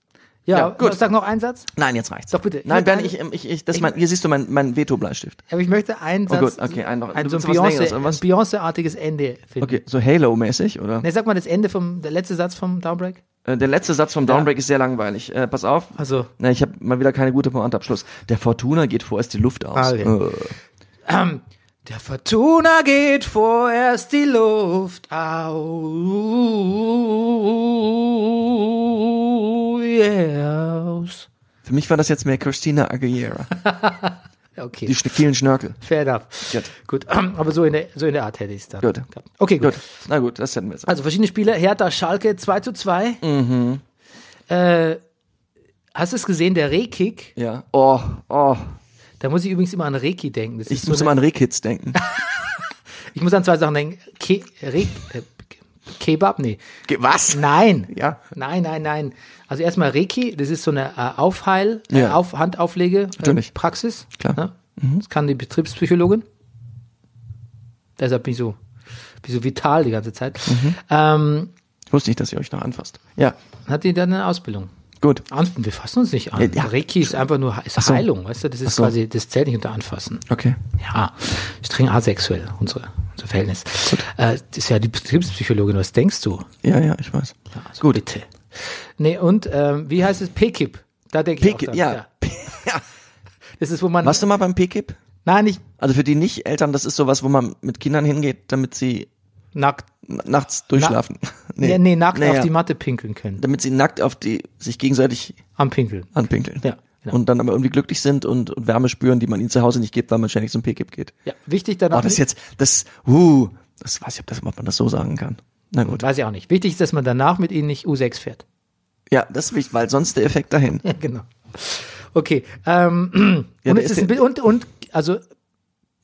Speaker 1: Ja,
Speaker 2: gut.
Speaker 1: sag noch einen Satz.
Speaker 2: Nein, jetzt reicht's.
Speaker 1: Doch, bitte.
Speaker 2: Nein,
Speaker 1: Ich würd
Speaker 2: Bernd, ich, ich, ich, das ist mein, hier siehst du meinen mein Veto-Bleistift.
Speaker 1: Aber ich möchte einen
Speaker 2: Oh
Speaker 1: Satz.
Speaker 2: gut, okay, einen noch.
Speaker 1: Ein,
Speaker 2: Du
Speaker 1: so ein
Speaker 2: willst was Längeres,
Speaker 1: Beyoncé-
Speaker 2: oder was?
Speaker 1: Beyoncé-artiges Ende finden.
Speaker 2: Okay, so Halo-mäßig, oder?
Speaker 1: Ne, sag mal das Ende vom, der letzte Satz vom Downbreak.
Speaker 2: Äh, Der letzte Satz vom Downbreak ist sehr langweilig. Äh, pass auf.
Speaker 1: Also.
Speaker 2: Na, ich habe mal wieder keine gute Pointe. Abschluss. Der Fortuna geht vorerst die Luft aus.
Speaker 1: Ah, okay.
Speaker 2: Äh,
Speaker 1: Der Fortuna geht vorerst die Luft aus.
Speaker 2: Für mich war das jetzt mehr Christina Aguilera.
Speaker 1: Okay.
Speaker 2: Die schn- vielen Schnörkel.
Speaker 1: Fair enough.
Speaker 2: Gut.
Speaker 1: Gut, aber so in der, so in der Art hätte ich es dann.
Speaker 2: Gut.
Speaker 1: gehabt. Okay, gut.
Speaker 2: Gut. Na gut, das hätten wir jetzt.
Speaker 1: Also verschiedene Spieler, Hertha, Schalke 2 zu 2.
Speaker 2: Mhm.
Speaker 1: Äh, hast du es gesehen, der Rehkick,
Speaker 2: Ja. Oh, oh.
Speaker 1: Da muss ich übrigens immer an Reiki denken. Das
Speaker 2: Ich
Speaker 1: ist
Speaker 2: muss
Speaker 1: so
Speaker 2: immer
Speaker 1: eine,
Speaker 2: an Rehkids denken.
Speaker 1: ich muss an zwei Sachen denken. Ke Re äh, Kebab? Nee.
Speaker 2: Ge- Was?
Speaker 1: Nein.
Speaker 2: Ja.
Speaker 1: Nein, nein, nein. Also erstmal Reiki, das ist so eine äh, Aufheil, äh,
Speaker 2: Ja.
Speaker 1: auf, Handauflege äh,
Speaker 2: Natürlich. Mhm.
Speaker 1: Praxis.
Speaker 2: Klar.
Speaker 1: Ne? Das kann die Betriebspsychologin. Deshalb bin ich so, bin ich so vital die ganze Zeit.
Speaker 2: Mhm.
Speaker 1: Ähm,
Speaker 2: Ich wusste nicht, dass ihr euch noch anfasst. Ja,
Speaker 1: hat die dann eine Ausbildung?
Speaker 2: gut.
Speaker 1: Anfassen, wir fassen uns nicht an.
Speaker 2: Ja, ja.
Speaker 1: Reiki ist einfach nur ist
Speaker 2: so.
Speaker 1: Heilung, weißt du? Das ist
Speaker 2: so.
Speaker 1: quasi, das zählt nicht unter Anfassen.
Speaker 2: Okay.
Speaker 1: Ja, streng asexuell, unsere, unser Verhältnis. Äh, das ist ja die Betriebspsychologin, was denkst du?
Speaker 2: Ja, ja, ich weiß.
Speaker 1: Also
Speaker 2: Gut.
Speaker 1: Bitte. Nee, und ähm, wie heißt es? PKIP. Da denke ich auch
Speaker 2: PKIP,
Speaker 1: dran.
Speaker 2: ja.
Speaker 1: Das ist, wo man.
Speaker 2: Warst du mal beim PKIP?
Speaker 1: Nein, nicht
Speaker 2: Also für die Nicht-Eltern, das ist sowas, wo man mit Kindern hingeht, damit sie
Speaker 1: nackt.
Speaker 2: n- nachts durchschlafen.
Speaker 1: Nee, ja, nee nackt
Speaker 2: Naja,
Speaker 1: auf die Matte pinkeln können.
Speaker 2: Damit sie nackt auf die, sich gegenseitig
Speaker 1: Am Pinkeln.
Speaker 2: anpinkeln.
Speaker 1: Ja, genau.
Speaker 2: Und dann aber irgendwie glücklich sind und, und Wärme spüren, die man ihnen zu Hause nicht gibt, weil man ständig zum PKIP geht.
Speaker 1: Ja, wichtig dann
Speaker 2: Oh, das ist jetzt, das, uh, das weiß ich, ob, das, ob man das so sagen kann. Na gut.
Speaker 1: Weiß ich auch nicht. Wichtig ist, dass man danach mit ihnen nicht U6 fährt.
Speaker 2: Ja, das ist wichtig, weil sonst der Effekt dahin.
Speaker 1: Ja, genau. Okay. Ähm,
Speaker 2: Ja, Hm?
Speaker 1: und
Speaker 2: der
Speaker 1: es
Speaker 2: ist
Speaker 1: ist ein Bild. Und, und also,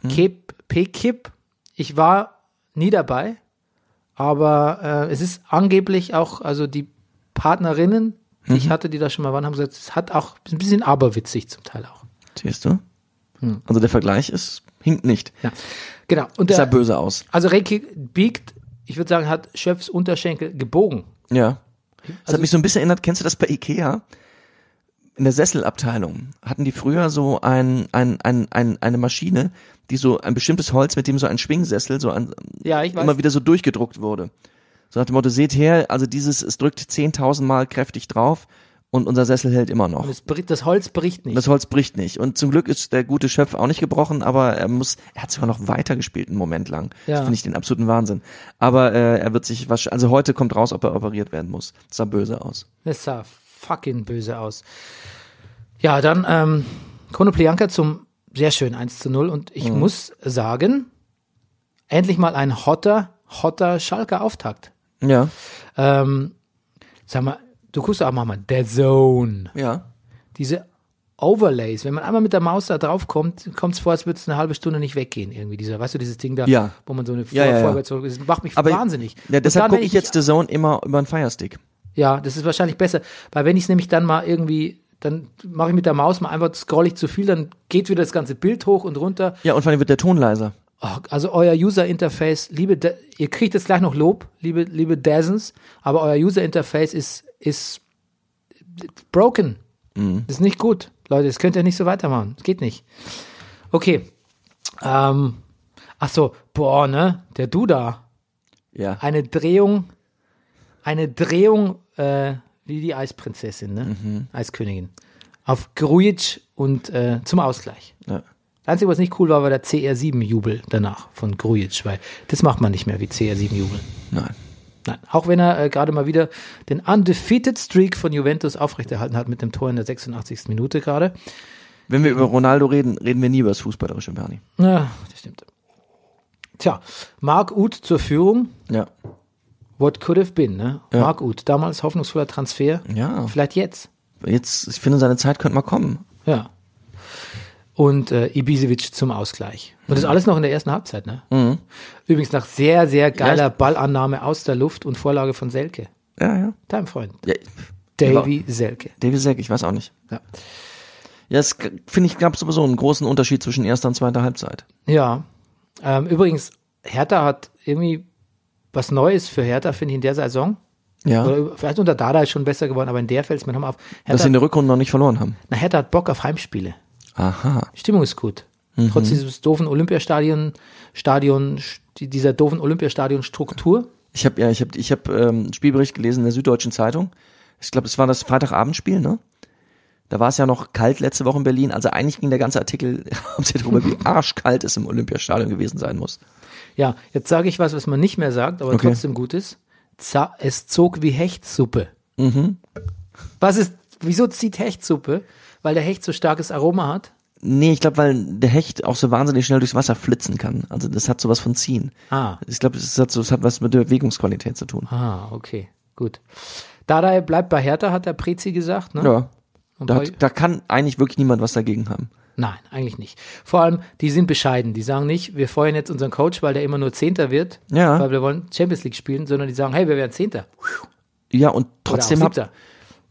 Speaker 1: Kip, PKIP, ich war nie dabei, aber äh, es ist angeblich auch, also die Partnerinnen, die
Speaker 2: Mhm.
Speaker 1: ich hatte, die da schon mal waren, haben gesagt, es hat auch ist ein bisschen aberwitzig zum Teil auch.
Speaker 2: Siehst du? Also der Vergleich ist, hinkt nicht.
Speaker 1: Hm. Ja. Genau. Und der,
Speaker 2: Sah böse aus.
Speaker 1: also Reiki biegt, ich würde sagen, hat Chefs Unterschenkel gebogen.
Speaker 2: Ja. Das hat mich so ein bisschen erinnert, kennst du das bei Ikea? In der Sesselabteilung hatten die früher so ein, ein, ein, ein, eine Maschine, die so ein bestimmtes Holz, mit dem so ein Schwingsessel so an,
Speaker 1: Ja, ich weiß.
Speaker 2: immer wieder so durchgedruckt wurde. So nach dem Motto, seht her, also dieses, es drückt 10.000 Mal kräftig drauf und unser Sessel hält immer noch.
Speaker 1: Und es bricht, das Holz bricht nicht.
Speaker 2: Das Holz bricht nicht. Und zum Glück ist der gute Schöpf auch nicht gebrochen, aber er muss, er hat sogar noch weitergespielt einen Moment lang.
Speaker 1: Ja.
Speaker 2: Das finde ich den absoluten Wahnsinn. Aber äh, er wird sich wahrscheinlich, also heute kommt raus, ob er operiert werden muss. Das sah böse aus.
Speaker 1: Das sah fucking böse aus. Ja, dann ähm, Kono Plianka zum sehr schön 1 zu 0. Und
Speaker 2: Mhm.
Speaker 1: ich muss sagen, endlich mal ein hotter, hotter Schalker Auftakt.
Speaker 2: Ja.
Speaker 1: Ähm, sag mal, du guckst auch mal mal Dead Zone.
Speaker 2: Ja.
Speaker 1: Diese Overlays, wenn man einmal mit der Maus da draufkommt, kommt, es vor, als würde es eine halbe Stunde nicht weggehen irgendwie. Dieser, weißt du, dieses Ding da,
Speaker 2: Ja.
Speaker 1: wo man so eine
Speaker 2: Ja, ja, ja.
Speaker 1: Vorwärts zurück, das macht mich
Speaker 2: Aber
Speaker 1: wahnsinnig.
Speaker 2: Ja,
Speaker 1: Und
Speaker 2: deshalb
Speaker 1: dann, wenn
Speaker 2: gucke ich
Speaker 1: mich
Speaker 2: jetzt The Zone immer über einen Firestick.
Speaker 1: ja, das ist wahrscheinlich besser, weil wenn ich es nämlich dann mal irgendwie, dann mache ich mit der Maus mal einfach scroll ich zu viel, dann geht wieder das ganze Bild hoch und runter.
Speaker 2: Ja, und vor allem wird der Ton leiser.
Speaker 1: Oh, also euer User Interface, liebe, Da- ihr kriegt jetzt gleich noch Lob, liebe, liebe Dazens, aber euer User Interface ist, ist broken. Ist nicht gut. Leute, das könnt ihr nicht so weitermachen. Das geht nicht. Okay. Ähm, ach so, boah, ne? Der Duda
Speaker 2: Ja.
Speaker 1: eine Drehung, eine Drehung äh, wie die Eisprinzessin, ne? Eiskönigin. Auf Grujic und äh, zum Ausgleich.
Speaker 2: ja.
Speaker 1: Das Einzige, was nicht cool war, war der CR7-Jubel danach von Grujic, weil das macht man nicht mehr wie CR7-Jubel.
Speaker 2: Nein.
Speaker 1: Nein, auch wenn er äh, gerade mal wieder den undefeated Streak von Juventus aufrechterhalten hat mit dem Tor in der 86. Minute gerade.
Speaker 2: Wenn wir über Ronaldo reden, reden wir nie über das Fußballerische, Bernie.
Speaker 1: Ja, das stimmt. Tja, Marc Uth zur Führung.
Speaker 2: Ja.
Speaker 1: What could have been, ne? Marc Uth, damals hoffnungsvoller Transfer.
Speaker 2: Ja.
Speaker 1: Vielleicht jetzt.
Speaker 2: Jetzt, ich finde, seine Zeit könnte mal kommen.
Speaker 1: Ja. Und äh, Ibisevic zum Ausgleich. Und
Speaker 2: Mhm.
Speaker 1: das alles noch in der ersten Halbzeit, ne? Übrigens nach sehr, sehr geiler
Speaker 2: Ja.
Speaker 1: Ballannahme aus der Luft und Vorlage von Selke.
Speaker 2: Ja, ja.
Speaker 1: Dein Freund.
Speaker 2: ja.
Speaker 1: Davy Selke.
Speaker 2: Davy Sack, ich weiß auch nicht.
Speaker 1: Ja.
Speaker 2: Ja, es g- finde ich, gab sowieso einen großen Unterschied zwischen erster und zweiter Halbzeit.
Speaker 1: Ja. Ähm, übrigens, Hertha hat irgendwie was Neues für Hertha, finde ich, in der Saison.
Speaker 2: Ja.
Speaker 1: Oder vielleicht unter Dada ist schon besser geworden, aber in der fällt es mir nochmal auf.
Speaker 2: dass sie
Speaker 1: Hertha,
Speaker 2: in der Rückrunde noch nicht verloren haben.
Speaker 1: na, Hertha hat Bock auf Heimspiele.
Speaker 2: Aha.
Speaker 1: Stimmung ist gut.
Speaker 2: Mhm.
Speaker 1: Trotz dieses doofen Olympiastadion, Stadion, dieser doofen Olympiastadion-Struktur.
Speaker 2: Ich habe ja, ich habe, ich habe ähm, einen Spielbericht gelesen in der Süddeutschen Zeitung. Ich glaube, es war das Freitagabendspiel, ne? Da war es ja noch kalt letzte Woche in Berlin. Also eigentlich ging der ganze Artikel hauptsächlich darüber, wie arschkalt es im Olympiastadion gewesen sein muss.
Speaker 1: Ja, jetzt sage ich was, was man nicht mehr sagt, aber
Speaker 2: Okay.
Speaker 1: trotzdem gut ist. Za es zog wie Hechtsuppe.
Speaker 2: Mhm.
Speaker 1: Was ist, wieso zieht Hechtsuppe? Weil der Hecht so starkes Aroma hat.
Speaker 2: Nee, ich glaube, weil der Hecht auch so wahnsinnig schnell durchs Wasser flitzen kann. Also das hat sowas von ziehen.
Speaker 1: Ah.
Speaker 2: Ich glaube, das hat so, das hat was mit der Bewegungsqualität zu tun.
Speaker 1: Ah, okay, gut. Dadai bleibt bei Hertha, hat der Prezi gesagt. Ne?
Speaker 2: Ja.
Speaker 1: Und
Speaker 2: Da,
Speaker 1: bei-
Speaker 2: hat, da kann eigentlich wirklich niemand was dagegen haben.
Speaker 1: Nein, eigentlich nicht. Vor allem, die sind bescheiden. Die sagen nicht, wir feuern jetzt unseren Coach, weil der immer nur Zehnter wird,
Speaker 2: Ja.
Speaker 1: weil wir wollen Champions League spielen, sondern die sagen, hey, wir werden Zehnter.
Speaker 2: Ja, und
Speaker 1: Oder
Speaker 2: trotzdem
Speaker 1: auch
Speaker 2: hab,
Speaker 1: Siebter.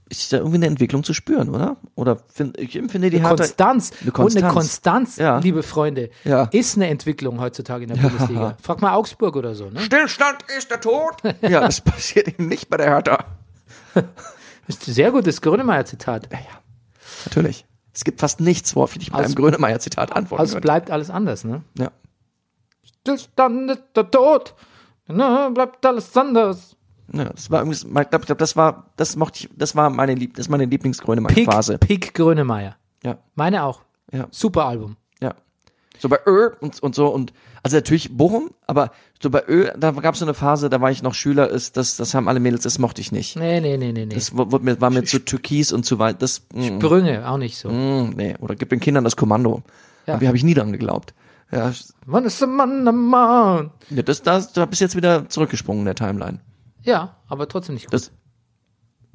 Speaker 2: ist da irgendwie eine Entwicklung zu spüren, oder? Oder find, ich empfinde die Hertha-
Speaker 1: Konstanz.
Speaker 2: Eine Konstanz.
Speaker 1: Und eine Konstanz,
Speaker 2: Ja.
Speaker 1: liebe Freunde,
Speaker 2: Ja.
Speaker 1: ist eine Entwicklung heutzutage in der Bundesliga. Frag mal Augsburg oder so. Ne?
Speaker 2: Stillstand ist der Tod. ja, das passiert eben nicht bei der Hertha.
Speaker 1: Ist ein sehr gutes Grönemeyer-Zitat.
Speaker 2: Natürlich. Es gibt fast nichts, worauf ich mit
Speaker 1: Aus-
Speaker 2: einem Grönemeyer-Zitat antworten
Speaker 1: Also
Speaker 2: würde.
Speaker 1: bleibt alles anders, ne?
Speaker 2: Ja.
Speaker 1: Stillstand ist der Tod. Na, bleibt alles anders.
Speaker 2: ja, das war übrigens, mein- ich glaub, ich glaub, das war, das mochte ich, das war meine Lieb, das ist meine
Speaker 1: Pick,
Speaker 2: Lieblingsgrönemeyer-Phase.
Speaker 1: Pick Grönemeyer.
Speaker 2: Ja,
Speaker 1: Meine auch.
Speaker 2: Ja.
Speaker 1: Super Album.
Speaker 2: ja. So bei Ö und, und so und, also natürlich Bochum, aber so bei Ö, da gab es so eine Phase, da war ich noch Schüler, ist, das, das haben alle Mädels, das mochte ich nicht.
Speaker 1: Nee, nee, nee, nee, nee.
Speaker 2: Das wurde mir, war mir zu türkis und zu weit, das, mm,
Speaker 1: Brünge, auch nicht so.
Speaker 2: mm, nee, oder gib den Kindern das Kommando.
Speaker 1: Ja.
Speaker 2: Ja. Habe ich nie dran geglaubt. Ja,
Speaker 1: Wann ist der Mann am Mann?
Speaker 2: ja das, das, da bist du jetzt wieder zurückgesprungen in der Timeline.
Speaker 1: Ja, aber trotzdem nicht gut.
Speaker 2: Das-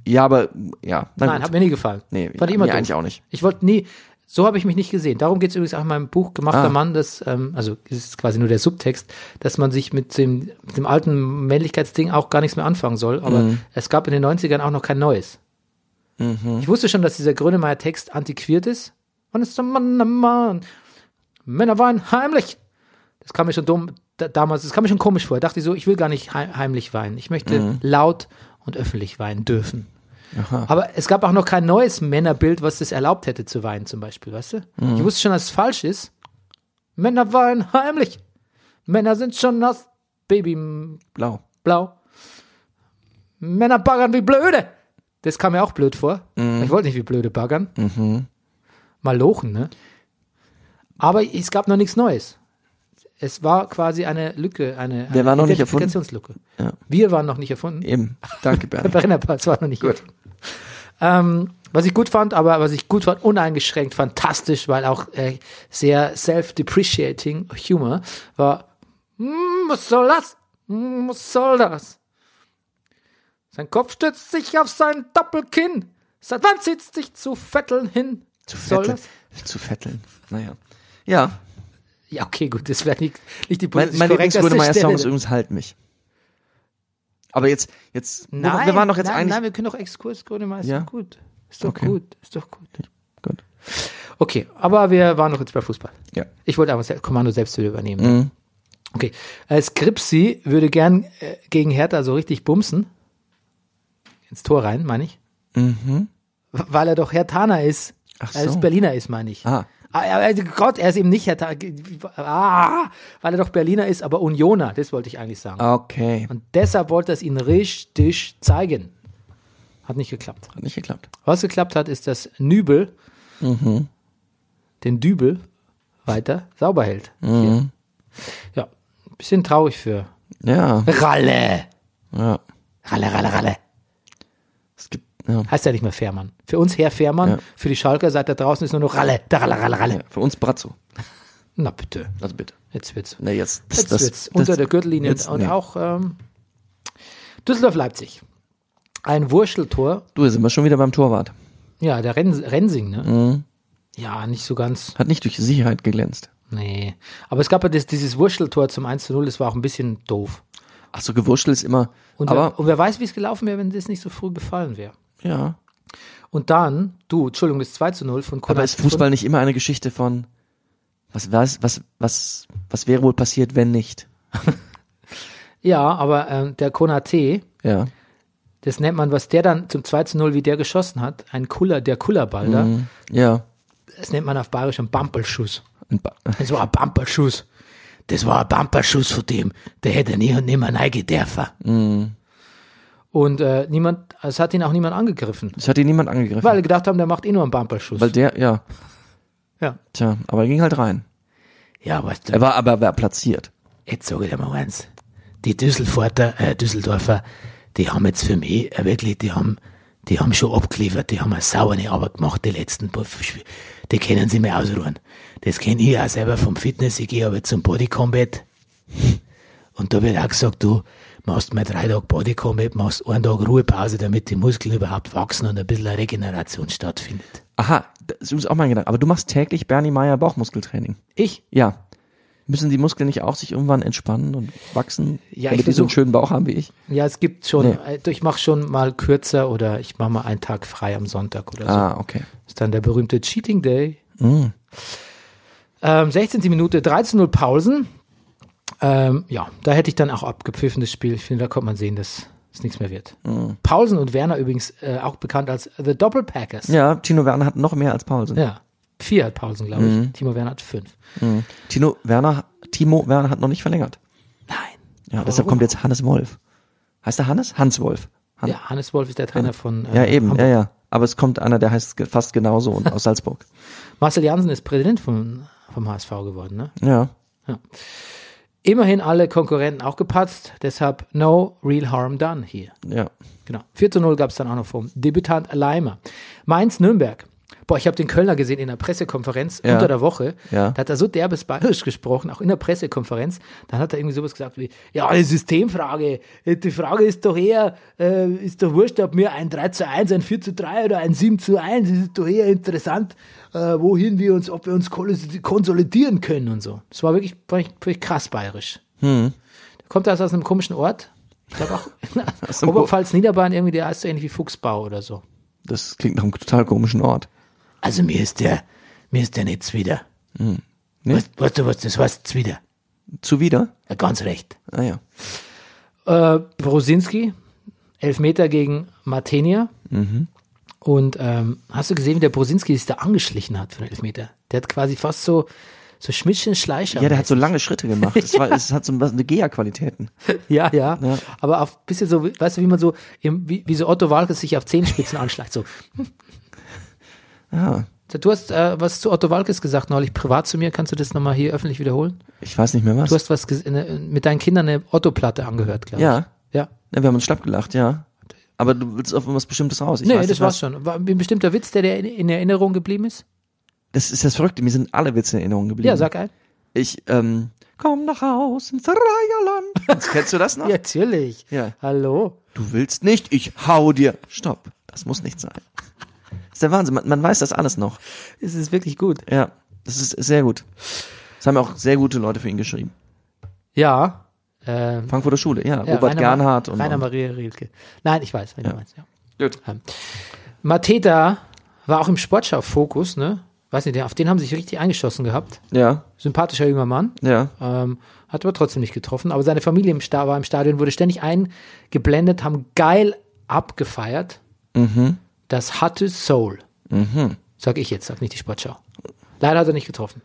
Speaker 2: Ja, aber, ja. na
Speaker 1: Nein,
Speaker 2: gut.
Speaker 1: hat mir nie gefallen.
Speaker 2: Nee,
Speaker 1: Fand ich immer
Speaker 2: mir
Speaker 1: doof.
Speaker 2: eigentlich auch nicht.
Speaker 1: Ich wollte nie, so habe ich mich nicht gesehen. Darum geht es übrigens auch in meinem Buch Gemachter
Speaker 2: Ah.
Speaker 1: Mann, das, ähm, also es ist quasi nur der Subtext, dass man sich mit dem, mit dem alten Männlichkeitsding auch gar nichts mehr anfangen soll. Aber
Speaker 2: Mhm.
Speaker 1: es gab in den 90ern auch noch kein neues. Ich wusste schon, dass dieser Grönemeyer-Text antiquiert ist. Wann ist der Mann am Mann? Männer weinen heimlich. Das kam mir schon dumm, da, damals, das kam mir schon komisch vor. Dachte ich so, ich will gar nicht hei- heimlich weinen. Ich möchte
Speaker 2: Mhm.
Speaker 1: laut und öffentlich weinen dürfen. Aber es gab auch noch kein neues Männerbild, was das erlaubt hätte zu weinen, zum Beispiel, weißt du?
Speaker 2: Mhm.
Speaker 1: Ich wusste schon, dass es falsch ist. Männer weinen heimlich. Männer sind schon nass. Babyblau.
Speaker 2: Blau.
Speaker 1: Männer baggern wie blöde. Das kam mir auch blöd vor.
Speaker 2: Mhm.
Speaker 1: Ich wollte nicht wie blöde baggern. Malochen, ne? Aber es gab noch nichts Neues. Es war quasi eine Lücke, eine, eine
Speaker 2: war noch nicht erfunden?
Speaker 1: Identifikationslücke.
Speaker 2: Ja.
Speaker 1: Wir waren noch nicht erfunden.
Speaker 2: Eben. Danke,
Speaker 1: Der
Speaker 2: Bernd.
Speaker 1: Brennerpass war noch nicht gut. Ähm, was ich gut fand, aber was ich gut fand, uneingeschränkt fantastisch, weil auch äh, sehr self-depreciating Humor war, "Hm, was soll das? Hm, Was soll das? Sein Kopf stützt sich auf sein Doppelkinn. Seit wann zieht's dich zu Vetteln hin?
Speaker 2: Zu
Speaker 1: soll
Speaker 2: fetteln. Zu fetteln. Naja. Ja.
Speaker 1: Ja, okay, gut, das wäre nicht, nicht die
Speaker 2: Mein,
Speaker 1: politisch
Speaker 2: mein
Speaker 1: korrekteste
Speaker 2: Lieblings-Grönemeyer-Song ist
Speaker 1: Stelle.
Speaker 2: übrigens Halt mich. Aber jetzt, jetzt, wo-
Speaker 1: Nein,
Speaker 2: wir waren doch jetzt
Speaker 1: nein,
Speaker 2: eigentlich.
Speaker 1: Nein, wir können doch Exkurs Grönemeyer, ist
Speaker 2: Ja?
Speaker 1: doch gut. Ist doch
Speaker 2: Okay.
Speaker 1: gut, ist doch gut.
Speaker 2: Gut.
Speaker 1: Okay, aber wir waren noch jetzt bei Fußball.
Speaker 2: Ja.
Speaker 1: Ich wollte aber das Kommando selbst wieder übernehmen.
Speaker 2: Mhm.
Speaker 1: Okay. Äh, Skripsi würde gern äh, gegen Hertha so richtig bumsen. Ins Tor rein, meine ich. W- Weil er doch Herthaner ist.
Speaker 2: Mhm. Ach
Speaker 1: Er ist
Speaker 2: so.
Speaker 1: Berliner ist, meine ich.
Speaker 2: Ah.
Speaker 1: Ah, ja, also Gott, er ist eben nicht Hertha. Ah, weil er doch Berliner ist, aber Unioner, das wollte ich eigentlich sagen.
Speaker 2: Okay.
Speaker 1: Und deshalb wollte er es ihnen richtig zeigen. Hat nicht geklappt.
Speaker 2: Hat nicht geklappt.
Speaker 1: Was geklappt hat, ist, dass Nübel den Dübel weiter sauber hält.
Speaker 2: Mhm.
Speaker 1: Hier. Ja, bisschen traurig für
Speaker 2: Ja.
Speaker 1: Ralle.
Speaker 2: Ja.
Speaker 1: Ralle, Ralle, Ralle.
Speaker 2: Es gibt, ja.
Speaker 1: Heißt ja nicht mehr Fährmann. Für uns Herr Fährmann,
Speaker 2: Ja.
Speaker 1: für die Schalker seit da draußen ist nur noch Ralle, der Ralle, Ralle, Ralle.
Speaker 2: ja. Für uns Brazzo.
Speaker 1: Na bitte,
Speaker 2: Also bitte.
Speaker 1: jetzt wird's.
Speaker 2: Na, jetzt, das,
Speaker 1: Jetzt
Speaker 2: das,
Speaker 1: wird's
Speaker 2: das,
Speaker 1: unter der Gürtellinie
Speaker 2: jetzt-
Speaker 1: und
Speaker 2: nee.
Speaker 1: auch ähm, Düsseldorf-Leipzig. Ein Wurscheltor
Speaker 2: Du, jetzt sind wir schon wieder beim Torwart.
Speaker 1: Ja, der Rens Rensing, ne?
Speaker 2: Mhm.
Speaker 1: Ja, nicht so ganz.
Speaker 2: Hat nicht durch Sicherheit geglänzt.
Speaker 1: Nee. Aber es gab ja das, dieses Wurschteltor zum 1 zu 0, das war auch ein bisschen doof.
Speaker 2: Ach so, gewurschtelt ist immer.
Speaker 1: Und, wer,
Speaker 2: aber,
Speaker 1: und wer weiß, wie es gelaufen wäre, wenn das nicht so früh gefallen wäre.
Speaker 2: ja.
Speaker 1: Und dann, du, Entschuldigung, das 2 zu 0 von Konrad.
Speaker 2: Aber ist Fußball nicht immer eine Geschichte von, was, was, was, was, was wäre wohl passiert, wenn nicht?
Speaker 1: ja, aber ähm, der Konate,
Speaker 2: Ja.
Speaker 1: das nennt man, was der dann zum 2 zu 0, wie der geschossen hat, ein Kuller, der Kullerball
Speaker 2: Mhm.
Speaker 1: da,
Speaker 2: Ja.
Speaker 1: das nennt man auf Bayerisch einen Bampelschuss.
Speaker 2: Ein Ba-
Speaker 1: Das war ein Bumperschuss. Das war ein Bumperschuss von dem. Der hätte nie und nimmer neige dürfen.
Speaker 2: Mhm.
Speaker 1: Und äh, niemand, es hat ihn auch niemand angegriffen.
Speaker 2: Das hat ihn niemand angegriffen.
Speaker 1: Weil gedacht haben, der macht eh nur einen Bumperschuss.
Speaker 2: Weil der, ja,
Speaker 1: ja.
Speaker 2: tja, aber er ging halt rein.
Speaker 1: ja, weißt
Speaker 2: Er war aber er war platziert.
Speaker 1: jetzt sage ich dir mal eins. Die Düsseldorfer, äh, Düsseldorfer, die haben jetzt für mich äh, wirklich, die haben, die haben schon abgeliefert, die haben eine saubere Arbeit gemacht, die letzten paar Spiele. Die können sie mir ausruhen. Das kenne ich auch selber vom Fitness. Ich gehe aber zum Body Combat. Und da wird auch gesagt, du machst mal drei Tage Body Combat, machst einen Tag Ruhepause, damit die Muskeln überhaupt wachsen und ein bisschen eine Regeneration stattfindet.
Speaker 2: Aha, das ist übrigens auch mein Gedanke. Aber du machst täglich Bernie Meyer Bauchmuskeltraining.
Speaker 1: Ich?
Speaker 2: Ja. Müssen die Muskeln nicht auch sich irgendwann entspannen und wachsen,
Speaker 1: Ja,
Speaker 2: damit
Speaker 1: ich
Speaker 2: die so einen
Speaker 1: versuch-
Speaker 2: schönen Bauch haben wie ich?
Speaker 1: Ja, es gibt schon.
Speaker 2: Nee.
Speaker 1: äh, Ich mache schon mal kürzer oder ich mache mal einen Tag frei am Sonntag oder so.
Speaker 2: Ah, okay.
Speaker 1: Ist dann der berühmte Cheating Day.
Speaker 2: Mm.
Speaker 1: Ähm, 16. Minute, 13-0 Pausen. Ähm, ja, da hätte ich dann auch abgepfiffen das Spiel. Ich finde, da konnte man sehen, dass es nichts mehr wird.
Speaker 2: Mm.
Speaker 1: Pausen und Werner übrigens äh, auch bekannt als The Doppelpackers.
Speaker 2: Ja, Tino Werner hat noch mehr als Paulsen.
Speaker 1: Ja, vier hat Pausen, glaube ich.
Speaker 2: Mm.
Speaker 1: Timo Werner hat fünf.
Speaker 2: Tino Werner, Timo Werner hat noch nicht verlängert.
Speaker 1: Nein.
Speaker 2: Ja, deshalb kommt jetzt Hannes Wolf. Heißt er Hannes? Hans Wolf. Han
Speaker 1: Ja, Hannes Wolf ist der Trainer von äh,
Speaker 2: ja, eben,
Speaker 1: Hamburg.
Speaker 2: ja, ja. Aber es kommt einer, der heißt ge- fast genauso und aus Salzburg.
Speaker 1: Marcel Jansen ist Präsident vom, vom HSV geworden, ne?
Speaker 2: Ja.
Speaker 1: Immerhin alle Konkurrenten auch gepatzt, deshalb no real harm done hier.
Speaker 2: Ja.
Speaker 1: Genau. 4 zu 0 gab es dann auch noch vom Debütant Leimer. Mainz-Nürnberg. Boah, ich habe den Kölner gesehen in der Pressekonferenz
Speaker 2: Ja.
Speaker 1: unter der Woche.
Speaker 2: Ja.
Speaker 1: Da hat er so derbes Bayerisch gesprochen, auch in der Pressekonferenz. Dann hat er irgendwie sowas gesagt wie, ja, eine Systemfrage. äh, Die Frage ist doch eher, äh, ist doch wurscht, ob mir ein 3 zu 1, ein 4 zu 3 oder ein 7 zu 1, es ist doch eher interessant, äh, wohin wir uns, ob wir uns kolis- konsolidieren können und so. Das war wirklich, fand ich, fand ich krass bayerisch. Der kommt aus, aus einem komischen Ort. Ich glaube auch
Speaker 2: dem
Speaker 1: Oberpfalz-Niederbayern irgendwie, der heißt so ähnlich wie Fuchsbau oder so.
Speaker 2: Das klingt nach einem total komischen Ort.
Speaker 1: Also mir ist der, mir ist der nicht zwider.
Speaker 2: Hm. Nee?
Speaker 1: Weißt, weißt du was, das heißt zwider.
Speaker 2: Zuwider?
Speaker 1: Ja, ganz recht.
Speaker 2: Ah ja.
Speaker 1: Äh, Brosinski, Elfmeter gegen Matenia.
Speaker 2: Mhm.
Speaker 1: Und ähm, hast du gesehen, wie der Brosinski sich da angeschlichen hat für den Elfmeter? Der hat quasi fast so, so Schmidtchen Schleicher.
Speaker 2: Ja, der hat so lange Schritte gemacht. Es, war, es hat so was- eine Gea-Qualitäten.
Speaker 1: ja, ja, Aber auf bisschen so, weißt du, wie man so, im, wie, wie so Otto Walkes sich auf Zehenspitzen anschleicht. So,
Speaker 2: Ja.
Speaker 1: Du hast äh, was zu Otto Walkes gesagt neulich privat zu mir. Kannst du das nochmal hier öffentlich wiederholen?
Speaker 2: Ich weiß nicht mehr was.
Speaker 1: Du hast was ges- eine, mit deinen Kindern eine Otto-Platte angehört, glaube ich.
Speaker 2: Ja.
Speaker 1: Ja.
Speaker 2: Ja, wir haben uns schlapp gelacht, ja. Aber du willst auf irgendwas Bestimmtes raus. Ich
Speaker 1: Nee,
Speaker 2: weiß
Speaker 1: das
Speaker 2: nicht,
Speaker 1: war's
Speaker 2: was.
Speaker 1: schon. War ein bestimmter Witz, der dir in, in Erinnerung geblieben ist?
Speaker 2: Das ist das Verrückte. Mir sind alle Witze in Erinnerung geblieben.
Speaker 1: Ja, sag ein.
Speaker 2: Ich, ähm, komm nach Haus ins Dreierland. Kennst du das noch?
Speaker 1: Ja, natürlich.
Speaker 2: Ja.
Speaker 1: Hallo.
Speaker 2: Du willst nicht, ich hau dir. Stopp. Das muss nicht sein. Das ist der Wahnsinn. Man, man weiß das alles noch.
Speaker 1: Es ist wirklich gut.
Speaker 2: Ja. Das ist sehr gut. Das haben auch sehr gute Leute für ihn geschrieben.
Speaker 1: Ja. Ähm,
Speaker 2: Frankfurter Schule, ja.
Speaker 1: ja,
Speaker 2: Robert
Speaker 1: Rainer-
Speaker 2: Gernhardt und,
Speaker 1: Rainer
Speaker 2: und
Speaker 1: Maria Rilke. Nein, ich weiß, wenn
Speaker 2: Ja.
Speaker 1: du meinst. Ja.
Speaker 2: Gut.
Speaker 1: Ähm, Mateta war auch im Sportschau-Fokus, ne? Weiß nicht, auf den haben sie sich richtig eingeschossen gehabt.
Speaker 2: Ja,
Speaker 1: Sympathischer junger Mann.
Speaker 2: ja.
Speaker 1: Ähm, hat aber trotzdem nicht getroffen. Aber seine Familie im Sta war im Stadion, wurde ständig eingeblendet, haben geil abgefeiert. Das hatte Soul. Sag ich jetzt, sag nicht die Sportschau. Leider hat er nicht getroffen.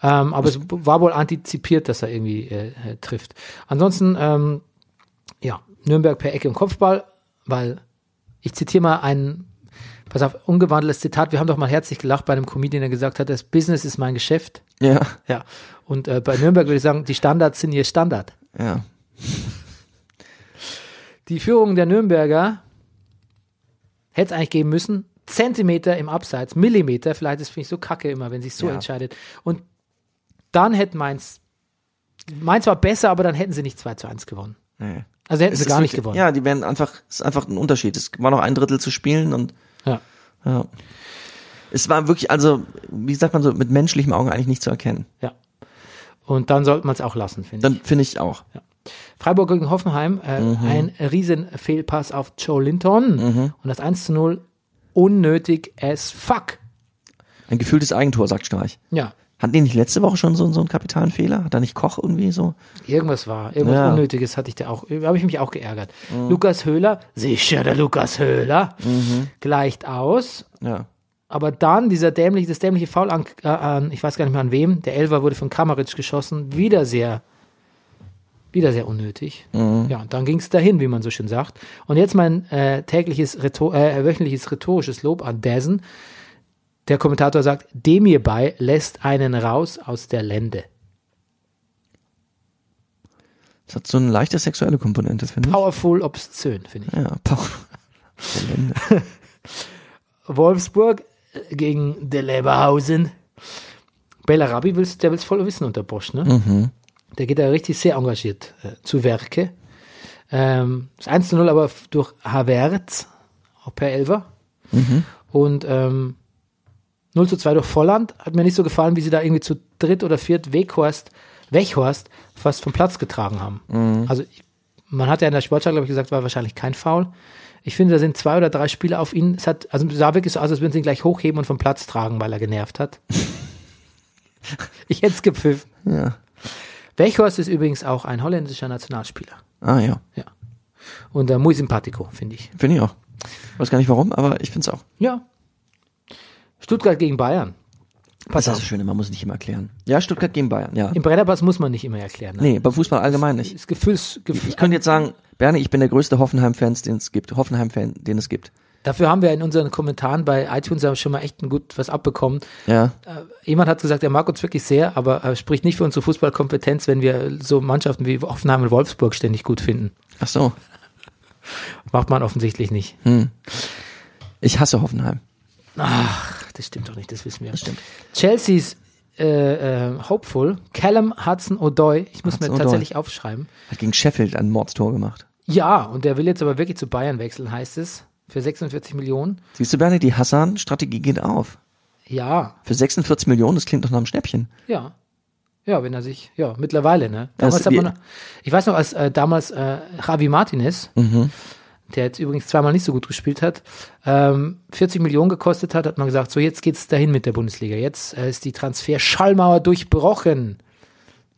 Speaker 1: Ähm, aber es war wohl antizipiert, dass er irgendwie äh, äh, trifft. Ansonsten, ähm, ja, Nürnberg per Ecke und Kopfball, weil ich zitiere mal einen, pass auf, umgewandeltes Zitat. Wir haben doch mal herzlich gelacht bei einem Comedian, der gesagt hat, das Business ist mein Geschäft.
Speaker 2: Ja,
Speaker 1: Ja, und äh, bei Nürnberg würde ich sagen, die Standards sind ihr Standard.
Speaker 2: ja.
Speaker 1: Die Führung der Nürnberger hätte es eigentlich geben müssen. Zentimeter im Abseits, Millimeter, vielleicht ist finde ich so kacke immer, wenn sich so
Speaker 2: Ja.
Speaker 1: entscheidet. Und dann hätte Mainz, Mainz war besser, aber dann hätten sie nicht 2 zu 1 gewonnen.
Speaker 2: Nee.
Speaker 1: Also hätten
Speaker 2: Es
Speaker 1: sie
Speaker 2: ist
Speaker 1: gar nicht
Speaker 2: wirklich-
Speaker 1: gewonnen.
Speaker 2: Ja, die werden einfach, es ist einfach ein Unterschied. Es war noch ein Drittel zu spielen und
Speaker 1: Ja.
Speaker 2: ja. Es war wirklich, also, wie sagt man so, mit menschlichem Auge eigentlich nicht zu erkennen.
Speaker 1: ja. Und dann sollte man es auch lassen, finde ich.
Speaker 2: Dann Mhm. finde ich auch.
Speaker 1: Freiburg gegen Hoffenheim, äh, ein riesen Fehlpass auf Joe Linton
Speaker 2: Mhm.
Speaker 1: und das 1 zu 0 unnötig as fuck.
Speaker 2: Ein gefühltes Eigentor, sagt Streich.
Speaker 1: Ja,
Speaker 2: Hatten die nicht letzte Woche schon so, so einen kapitalen Fehler? Hat da nicht Koch irgendwie so?
Speaker 1: Irgendwas war, irgendwas
Speaker 2: Ja.
Speaker 1: Unnötiges hatte ich da auch, äh, habe ich mich auch geärgert. Lukas Höhler, sicher der Lukas Höhler, gleicht aus,
Speaker 2: Ja.
Speaker 1: aber dann dieser dämliche, das dämliche Foul an, äh, an, ich weiß gar nicht mehr an wem, der Elfer wurde von Kramaric geschossen, wieder sehr, wieder sehr unnötig. Ja, und dann ging es dahin, wie man so schön sagt. Und jetzt mein äh, tägliches, Rhetor äh, wöchentliches rhetorisches Lob an Dessen. Der Kommentator sagt, dem hierbei lässt einen raus aus der Lende.
Speaker 2: Das hat so eine leichte sexuelle Komponente, finde ich.
Speaker 1: Powerful, obszön, finde ich.
Speaker 2: Ja, Paul.
Speaker 1: Wolfsburg äh, gegen De Leverhausen. Bellarabi will's, der will es voll wissen unter Bosch, ne? Der geht da richtig sehr engagiert äh, zu Werke. Ähm, das 1 0 aber f- durch Havertz, auch per Elfer. Und ähm, 0 zu 2 durch Volland. Hat mir nicht so gefallen, wie sie da irgendwie zu dritt oder viert Weghorst, Weghorst fast vom Platz getragen haben. Also ich- man hat ja in der Sportschau, glaube ich, gesagt, war wahrscheinlich kein Foul. Ich finde, da sind zwei oder drei Spieler auf ihn. Es hat, also es sah wirklich so aus, als würden sie ihn gleich hochheben und vom Platz tragen, weil er genervt hat. ich hätte es gepfiffen.
Speaker 2: Ja.
Speaker 1: Weghorst ist übrigens auch ein holländischer Nationalspieler.
Speaker 2: Ah ja,
Speaker 1: Und äh, muy simpatico, finde ich.
Speaker 2: finde ich auch. Weiß gar nicht warum, aber ich finde es auch.
Speaker 1: Ja. Stuttgart gegen Bayern. Pass
Speaker 2: Das ist
Speaker 1: auf.
Speaker 2: das Schöne, man muss nicht immer erklären. Ja, Stuttgart gegen Bayern, ja.
Speaker 1: Im Brennerpass muss man nicht immer erklären. Ne?
Speaker 2: Nee, beim Fußball allgemein nicht.
Speaker 1: Das Gefühls, Gefühl,
Speaker 2: Ich könnte jetzt sagen, Bernie, ich bin der größte Hoffenheim-Fan, den es gibt. Hoffenheim-Fan, den es gibt.
Speaker 1: dafür haben wir in unseren Kommentaren bei iTunes auch schon mal echt ein gut was abbekommen.
Speaker 2: Ja.
Speaker 1: Jemand hat gesagt, er mag uns wirklich sehr, aber er spricht nicht für unsere Fußballkompetenz, wenn wir so Mannschaften wie Hoffenheim und Wolfsburg ständig gut finden.
Speaker 2: Ach so.
Speaker 1: Macht man offensichtlich nicht.
Speaker 2: Ich hasse Hoffenheim.
Speaker 1: Ach, das stimmt doch nicht, das wissen wir. Das stimmt. Chelsea's äh, äh, Hopeful, Callum Hudson O'Doy, ich muss mir
Speaker 2: Hudson-Odoi.
Speaker 1: tatsächlich aufschreiben.
Speaker 2: Hat gegen Sheffield ein Mordstor gemacht.
Speaker 1: Ja, und der will jetzt aber wirklich zu Bayern wechseln, heißt es. Für 46 Millionen.
Speaker 2: Siehst du, Bernie, die Hassan-Strategie geht auf.
Speaker 1: Ja,
Speaker 2: Für 46 Millionen, das klingt doch nach einem Schnäppchen.
Speaker 1: Ja. Ja, wenn er sich, ja, mittlerweile, ne?
Speaker 2: Das-
Speaker 1: Damals hat
Speaker 2: die-
Speaker 1: man, noch- ich weiß noch, als äh, damals äh, Javi Martinez,
Speaker 2: Mhm.
Speaker 1: der jetzt übrigens zweimal nicht so gut gespielt hat, ähm, 40 Millionen gekostet hat, hat man gesagt, so jetzt geht's dahin mit der Bundesliga. Jetzt äh, ist die Transfer-Schallmauer durchbrochen.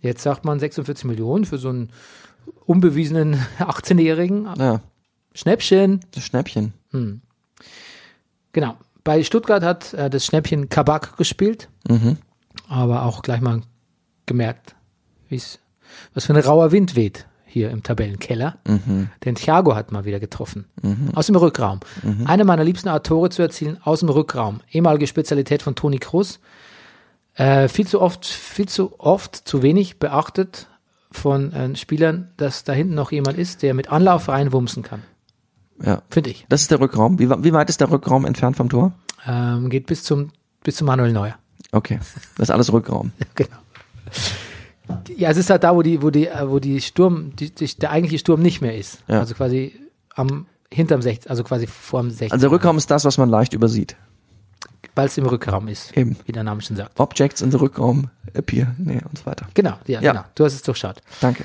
Speaker 1: Jetzt sagt man 46 Millionen für so einen unbewiesenen 18-Jährigen.
Speaker 2: Ja,
Speaker 1: Schnäppchen.
Speaker 2: das Schnäppchen.
Speaker 1: Genau. Bei Stuttgart hat äh, das Schnäppchen Kabak gespielt,
Speaker 2: Mhm.
Speaker 1: aber auch gleich mal gemerkt, wie's, was für ein rauer Wind weht hier im Tabellenkeller. Denn Thiago hat mal wieder getroffen. Aus dem Rückraum. Eine meiner liebsten Art, Tore zu erzielen, aus dem Rückraum. Ehemalige Spezialität von Toni Kroos. Äh, viel zu oft, viel zu oft, zu wenig beachtet von äh, Spielern, dass da hinten noch jemand ist, der mit Anlauf reinwumsen kann.
Speaker 2: Ja.
Speaker 1: Finde ich.
Speaker 2: Das ist der Rückraum. Wie, wa- wie weit ist der Rückraum entfernt vom Tor?
Speaker 1: Ähm, geht bis zum, bis zum Manuel Neuer.
Speaker 2: Okay. Das ist alles Rückraum.
Speaker 1: Genau. Ja, es ist halt da, wo die, wo die, äh, wo die Sturm, die, die, der eigentliche Sturm nicht mehr ist.
Speaker 2: Ja.
Speaker 1: Also quasi am hinterm 16, also quasi vorm 16,
Speaker 2: Also der Rückraum ist das, was man leicht übersieht.
Speaker 1: weil es im Rückraum ist,
Speaker 2: Eben.
Speaker 1: wie der Name schon sagt.
Speaker 2: Objects in the Rückraum appear. Nee, und so weiter.
Speaker 1: Genau, ja,
Speaker 2: Ja.
Speaker 1: genau. Du hast es durchschaut.
Speaker 2: Danke.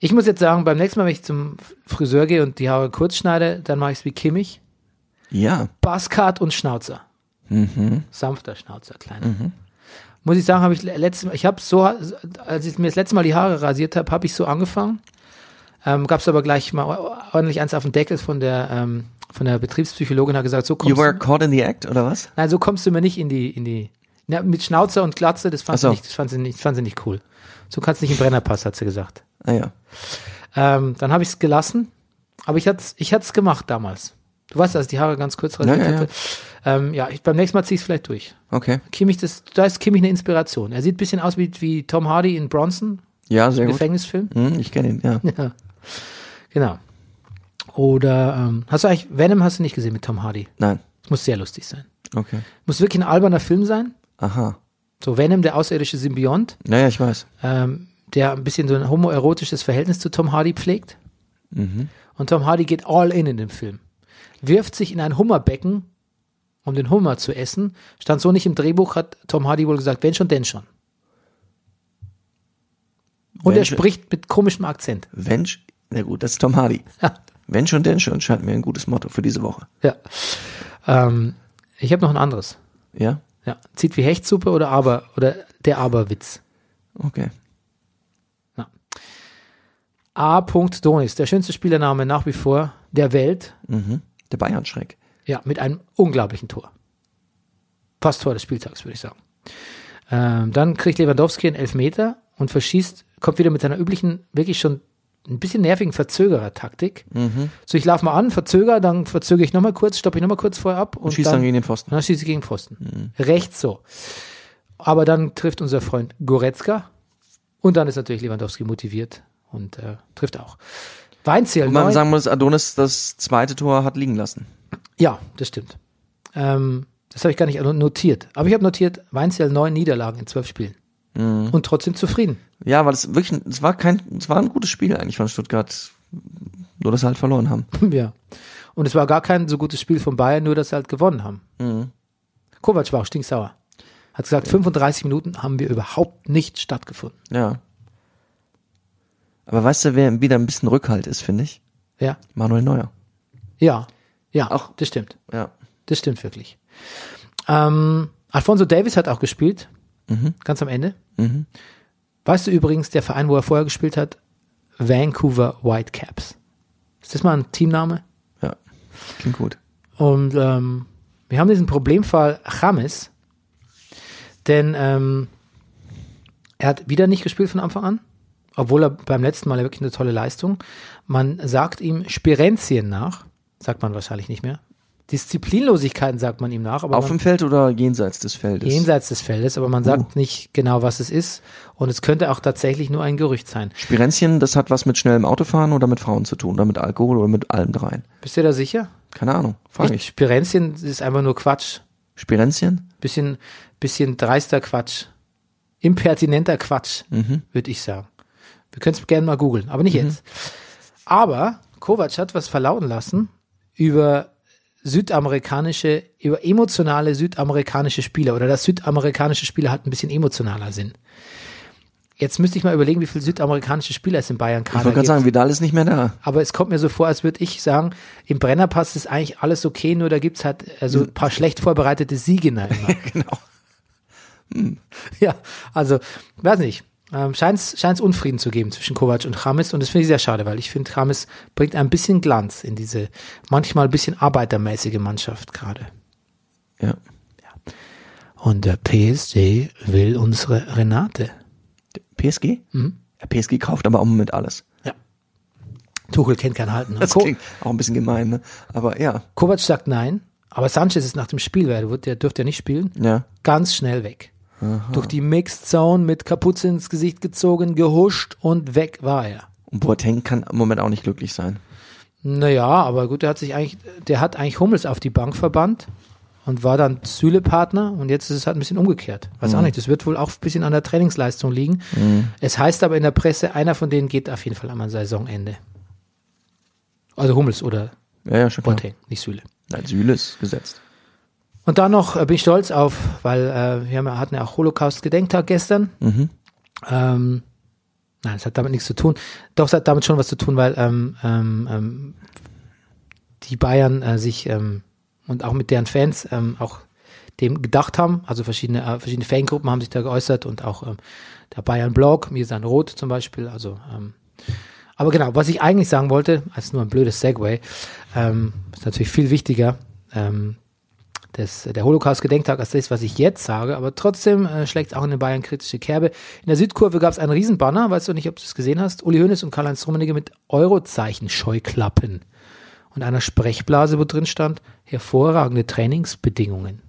Speaker 1: Ich muss jetzt sagen, beim nächsten Mal, wenn ich zum Friseur gehe und die Haare kurz schneide, dann mache ich es wie Kimmich.
Speaker 2: Ja.
Speaker 1: Baskat und Schnauzer.
Speaker 2: Mhm.
Speaker 1: Sanfter Schnauzer, kleiner. Muss ich sagen, habe ich le- letztes Mal, ich habe so, als ich mir das letzte Mal die Haare rasiert habe, habe ich so angefangen. Ähm, Gab es aber gleich mal or- ordentlich eins auf den Deckel von der, ähm, von der Betriebspsychologin, hat gesagt, so
Speaker 2: You
Speaker 1: kommst,
Speaker 2: were
Speaker 1: du,
Speaker 2: caught in the act, oder was?
Speaker 1: nein, so kommst du mir nicht in die, in die, na, mit Schnauzer und Glatze, das fand,
Speaker 2: Ach so.
Speaker 1: sie nicht, das fand, sie nicht, das fand sie nicht cool. So kannst du nicht im Brennerpass, hat sie gesagt.
Speaker 2: Ah ja.
Speaker 1: Ähm, dann habe ich es gelassen, aber ich hatte es ich hat's gemacht damals. Du weißt, als ich die Haare ganz kurz rasiert
Speaker 2: Ja, ja, ja.
Speaker 1: hatte. Ähm, ja, ich, beim nächsten Mal ziehe ich es vielleicht durch.
Speaker 2: Okay.
Speaker 1: Kimmich, das, da ist Kimmich eine Inspiration. Er sieht ein bisschen aus wie, wie Tom Hardy in Bronson,
Speaker 2: Ja, sehr gut.
Speaker 1: Gefängnisfilm.
Speaker 2: Hm, ich kenne ihn, ja.
Speaker 1: Ja. Genau. Oder ähm, hast du eigentlich, Venom hast du nicht gesehen mit Tom Hardy.
Speaker 2: Nein.
Speaker 1: Das muss sehr lustig sein.
Speaker 2: Okay.
Speaker 1: Muss wirklich ein alberner Film sein.
Speaker 2: Aha.
Speaker 1: So Venom, der außerirdische Symbiont,
Speaker 2: Naja, ich weiß.
Speaker 1: ähm, der ein bisschen so ein homoerotisches Verhältnis zu Tom Hardy pflegt.
Speaker 2: Mhm.
Speaker 1: Und Tom Hardy geht all in in dem Film. Wirft sich in ein Hummerbecken, um den Hummer zu essen. Stand so nicht im Drehbuch, hat Tom Hardy wohl gesagt, wenn schon, denn schon. Und
Speaker 2: Wenn
Speaker 1: er
Speaker 2: schon-
Speaker 1: spricht mit komischem Akzent.
Speaker 2: Wenn, sch- na gut, das ist Tom Hardy.
Speaker 1: Ja.
Speaker 2: Wenn schon, denn schon, scheint mir ein gutes Motto für diese Woche.
Speaker 1: ja. Ähm, ich habe noch ein anderes.
Speaker 2: Ja?
Speaker 1: Ja. Zieht wie Hechtsuppe oder aber oder der Aberwitz.
Speaker 2: Okay.
Speaker 1: A. Donis, der schönste Spielername nach wie vor der Welt.
Speaker 2: Mhm. Der Bayern-Schreck.
Speaker 1: Ja, mit einem unglaublichen Tor. Fast Tor des Spieltags, würde ich sagen. Ähm, dann kriegt Lewandowski einen Elfmeter und verschießt, kommt wieder mit seiner üblichen, wirklich schon ein bisschen nervigen Verzögerer-Taktik.
Speaker 2: Mhm.
Speaker 1: So, ich laufe mal an, verzögere, dann verzögere ich nochmal kurz, stoppe ich nochmal kurz vorher ab und,
Speaker 2: Und schießt dann, Mhm. gegen den Pfosten.
Speaker 1: dann schieße ich gegen Pfosten. Rechts so. Aber dann trifft unser Freund Goretzka und dann ist natürlich Lewandowski motiviert und äh, trifft auch. Weinzierl,
Speaker 2: Und man
Speaker 1: neun-
Speaker 2: sagen muss, Adonis das zweite Tor hat liegen lassen.
Speaker 1: ja, das stimmt. Ähm, das habe ich gar nicht notiert. Aber ich habe notiert, Weinzell neun Niederlagen in zwölf Spielen. Und trotzdem zufrieden.
Speaker 2: Ja, weil es wirklich, ein- es war kein, es war ein gutes Spiel eigentlich von Stuttgart. Nur, dass sie halt verloren haben.
Speaker 1: ja. Und es war gar kein so gutes Spiel von Bayern, nur dass sie halt gewonnen haben. Kovac war auch stinksauer. Hat gesagt, 35 Minuten haben wir überhaupt nicht stattgefunden.
Speaker 2: Ja. Aber weißt du, wer wieder ein bisschen Rückhalt ist, finde ich?
Speaker 1: Ja,
Speaker 2: Manuel Neuer.
Speaker 1: ja, ja,
Speaker 2: Auch-
Speaker 1: das stimmt.
Speaker 2: Ja.
Speaker 1: Das stimmt wirklich. Ähm, Alfonso Davis hat auch gespielt,
Speaker 2: Mhm.
Speaker 1: ganz am Ende. Weißt du übrigens, der Verein, wo er vorher gespielt hat, Vancouver Whitecaps. Ist das mal ein Teamname?
Speaker 2: Ja. Klingt gut.
Speaker 1: Und ähm, wir haben diesen Problemfall James, denn ähm, er hat wieder nicht gespielt von Anfang an, obwohl er beim letzten Mal ja wirklich eine tolle Leistung. Man sagt ihm Spirenzien nach, sagt man wahrscheinlich nicht mehr. Disziplinlosigkeiten sagt man ihm nach, aber
Speaker 2: Auf
Speaker 1: man,
Speaker 2: dem Feld oder jenseits des Feldes?
Speaker 1: jenseits des Feldes, aber man sagt nicht genau, was es ist. Und es könnte auch tatsächlich nur ein Gerücht sein.
Speaker 2: Spirenzchen, das hat was mit schnellem Autofahren oder mit Frauen zu tun oder mit Alkohol oder mit allem dreien.
Speaker 1: Bist du da sicher?
Speaker 2: Keine Ahnung, frage ich.
Speaker 1: Spirenzien ist einfach nur Quatsch.
Speaker 2: Spirenzchen?
Speaker 1: bisschen, bisschen dreister Quatsch. Impertinenter Quatsch,
Speaker 2: Mhm.
Speaker 1: würde ich sagen. Wir können es gerne mal googeln, aber nicht jetzt. Aber Kovac hat was verlauten lassen über südamerikanische, über emotionale südamerikanische Spieler oder dass südamerikanische Spieler halt ein bisschen emotionaler sind. Jetzt müsste ich mal überlegen, wie viele südamerikanische Spieler es in Bayern
Speaker 2: Ich
Speaker 1: Kader
Speaker 2: wollte gerade
Speaker 1: gibt.
Speaker 2: sagen, Vidal ist nicht mehr da.
Speaker 1: Aber es kommt mir so vor, als würde ich sagen, im Brennerpass ist eigentlich alles okay, nur da gibt's halt also ein paar schlecht vorbereitete Siegener immer.
Speaker 2: Genau.
Speaker 1: Hm. Ja, also, weiß nicht. Ähm, scheint es Unfrieden zu geben zwischen Kovac und Chames und das finde ich sehr schade, weil ich finde, Chames bringt ein bisschen Glanz in diese manchmal ein bisschen arbeitermäßige Mannschaft gerade.
Speaker 2: Ja.
Speaker 1: Und der PSG will unsere Renate.
Speaker 2: PSG?
Speaker 1: Mhm.
Speaker 2: Ja, PSG kauft aber auch mit alles.
Speaker 1: Ja. Tuchel kennt kein Halten. ne?
Speaker 2: Das
Speaker 1: Ko-
Speaker 2: klingt auch ein bisschen gemein, ne? Aber ja,
Speaker 1: Kovac sagt nein, aber Sanchez ist nach dem Spiel, weil der wird- der dürfte ja nicht spielen.
Speaker 2: ja.
Speaker 1: ganz schnell weg. Durch die Mixed Zone mit Kapuze ins Gesicht gezogen, gehuscht und weg war er.
Speaker 2: Und Boateng kann im Moment auch nicht glücklich sein.
Speaker 1: Naja, aber gut, der hat sich eigentlich, der hat eigentlich Hummels auf die Bank verbannt und war dann Süle-Partner und jetzt ist es halt ein bisschen umgekehrt. Weiß
Speaker 2: Mhm.
Speaker 1: auch nicht, das wird wohl auch ein bisschen an der Trainingsleistung liegen. Es heißt aber in der Presse, einer von denen geht auf jeden Fall am Saisonende. Also Hummels oder
Speaker 2: Ja, ja, schon klar.
Speaker 1: Boateng, nicht Süle.
Speaker 2: Nein, Süle ist gesetzt.
Speaker 1: Und dann noch äh, bin ich stolz auf, weil äh, wir haben, ja- hatten ja auch Holocaust-Gedenktag gestern. Ähm, nein, es hat damit nichts zu tun. Doch, es hat damit schon was zu tun, weil ähm, ähm, ähm, die Bayern äh, sich ähm, und auch mit deren Fans ähm, auch dem gedacht haben. Also verschiedene, äh, verschiedene Fangruppen haben sich da geäußert und auch ähm, der Bayern-Blog, mir ist ein Rot zum Beispiel. Also, ähm, aber genau, was ich eigentlich sagen wollte, als nur ein blödes Segway, ähm, ist natürlich viel wichtiger. Ähm, des, der Holocaust-Gedenktag als das, was ich jetzt sage, aber trotzdem äh, schlägt es auch in den Bayern kritische Kerbe. In der Südkurve gab es einen Riesenbanner, weißt du nicht, ob du es gesehen hast, Uli Hoeneß und Karl-Heinz Rummenigge mit Eurozeichen-Scheuklappen und einer Sprechblase, wo drin stand, hervorragende Trainingsbedingungen.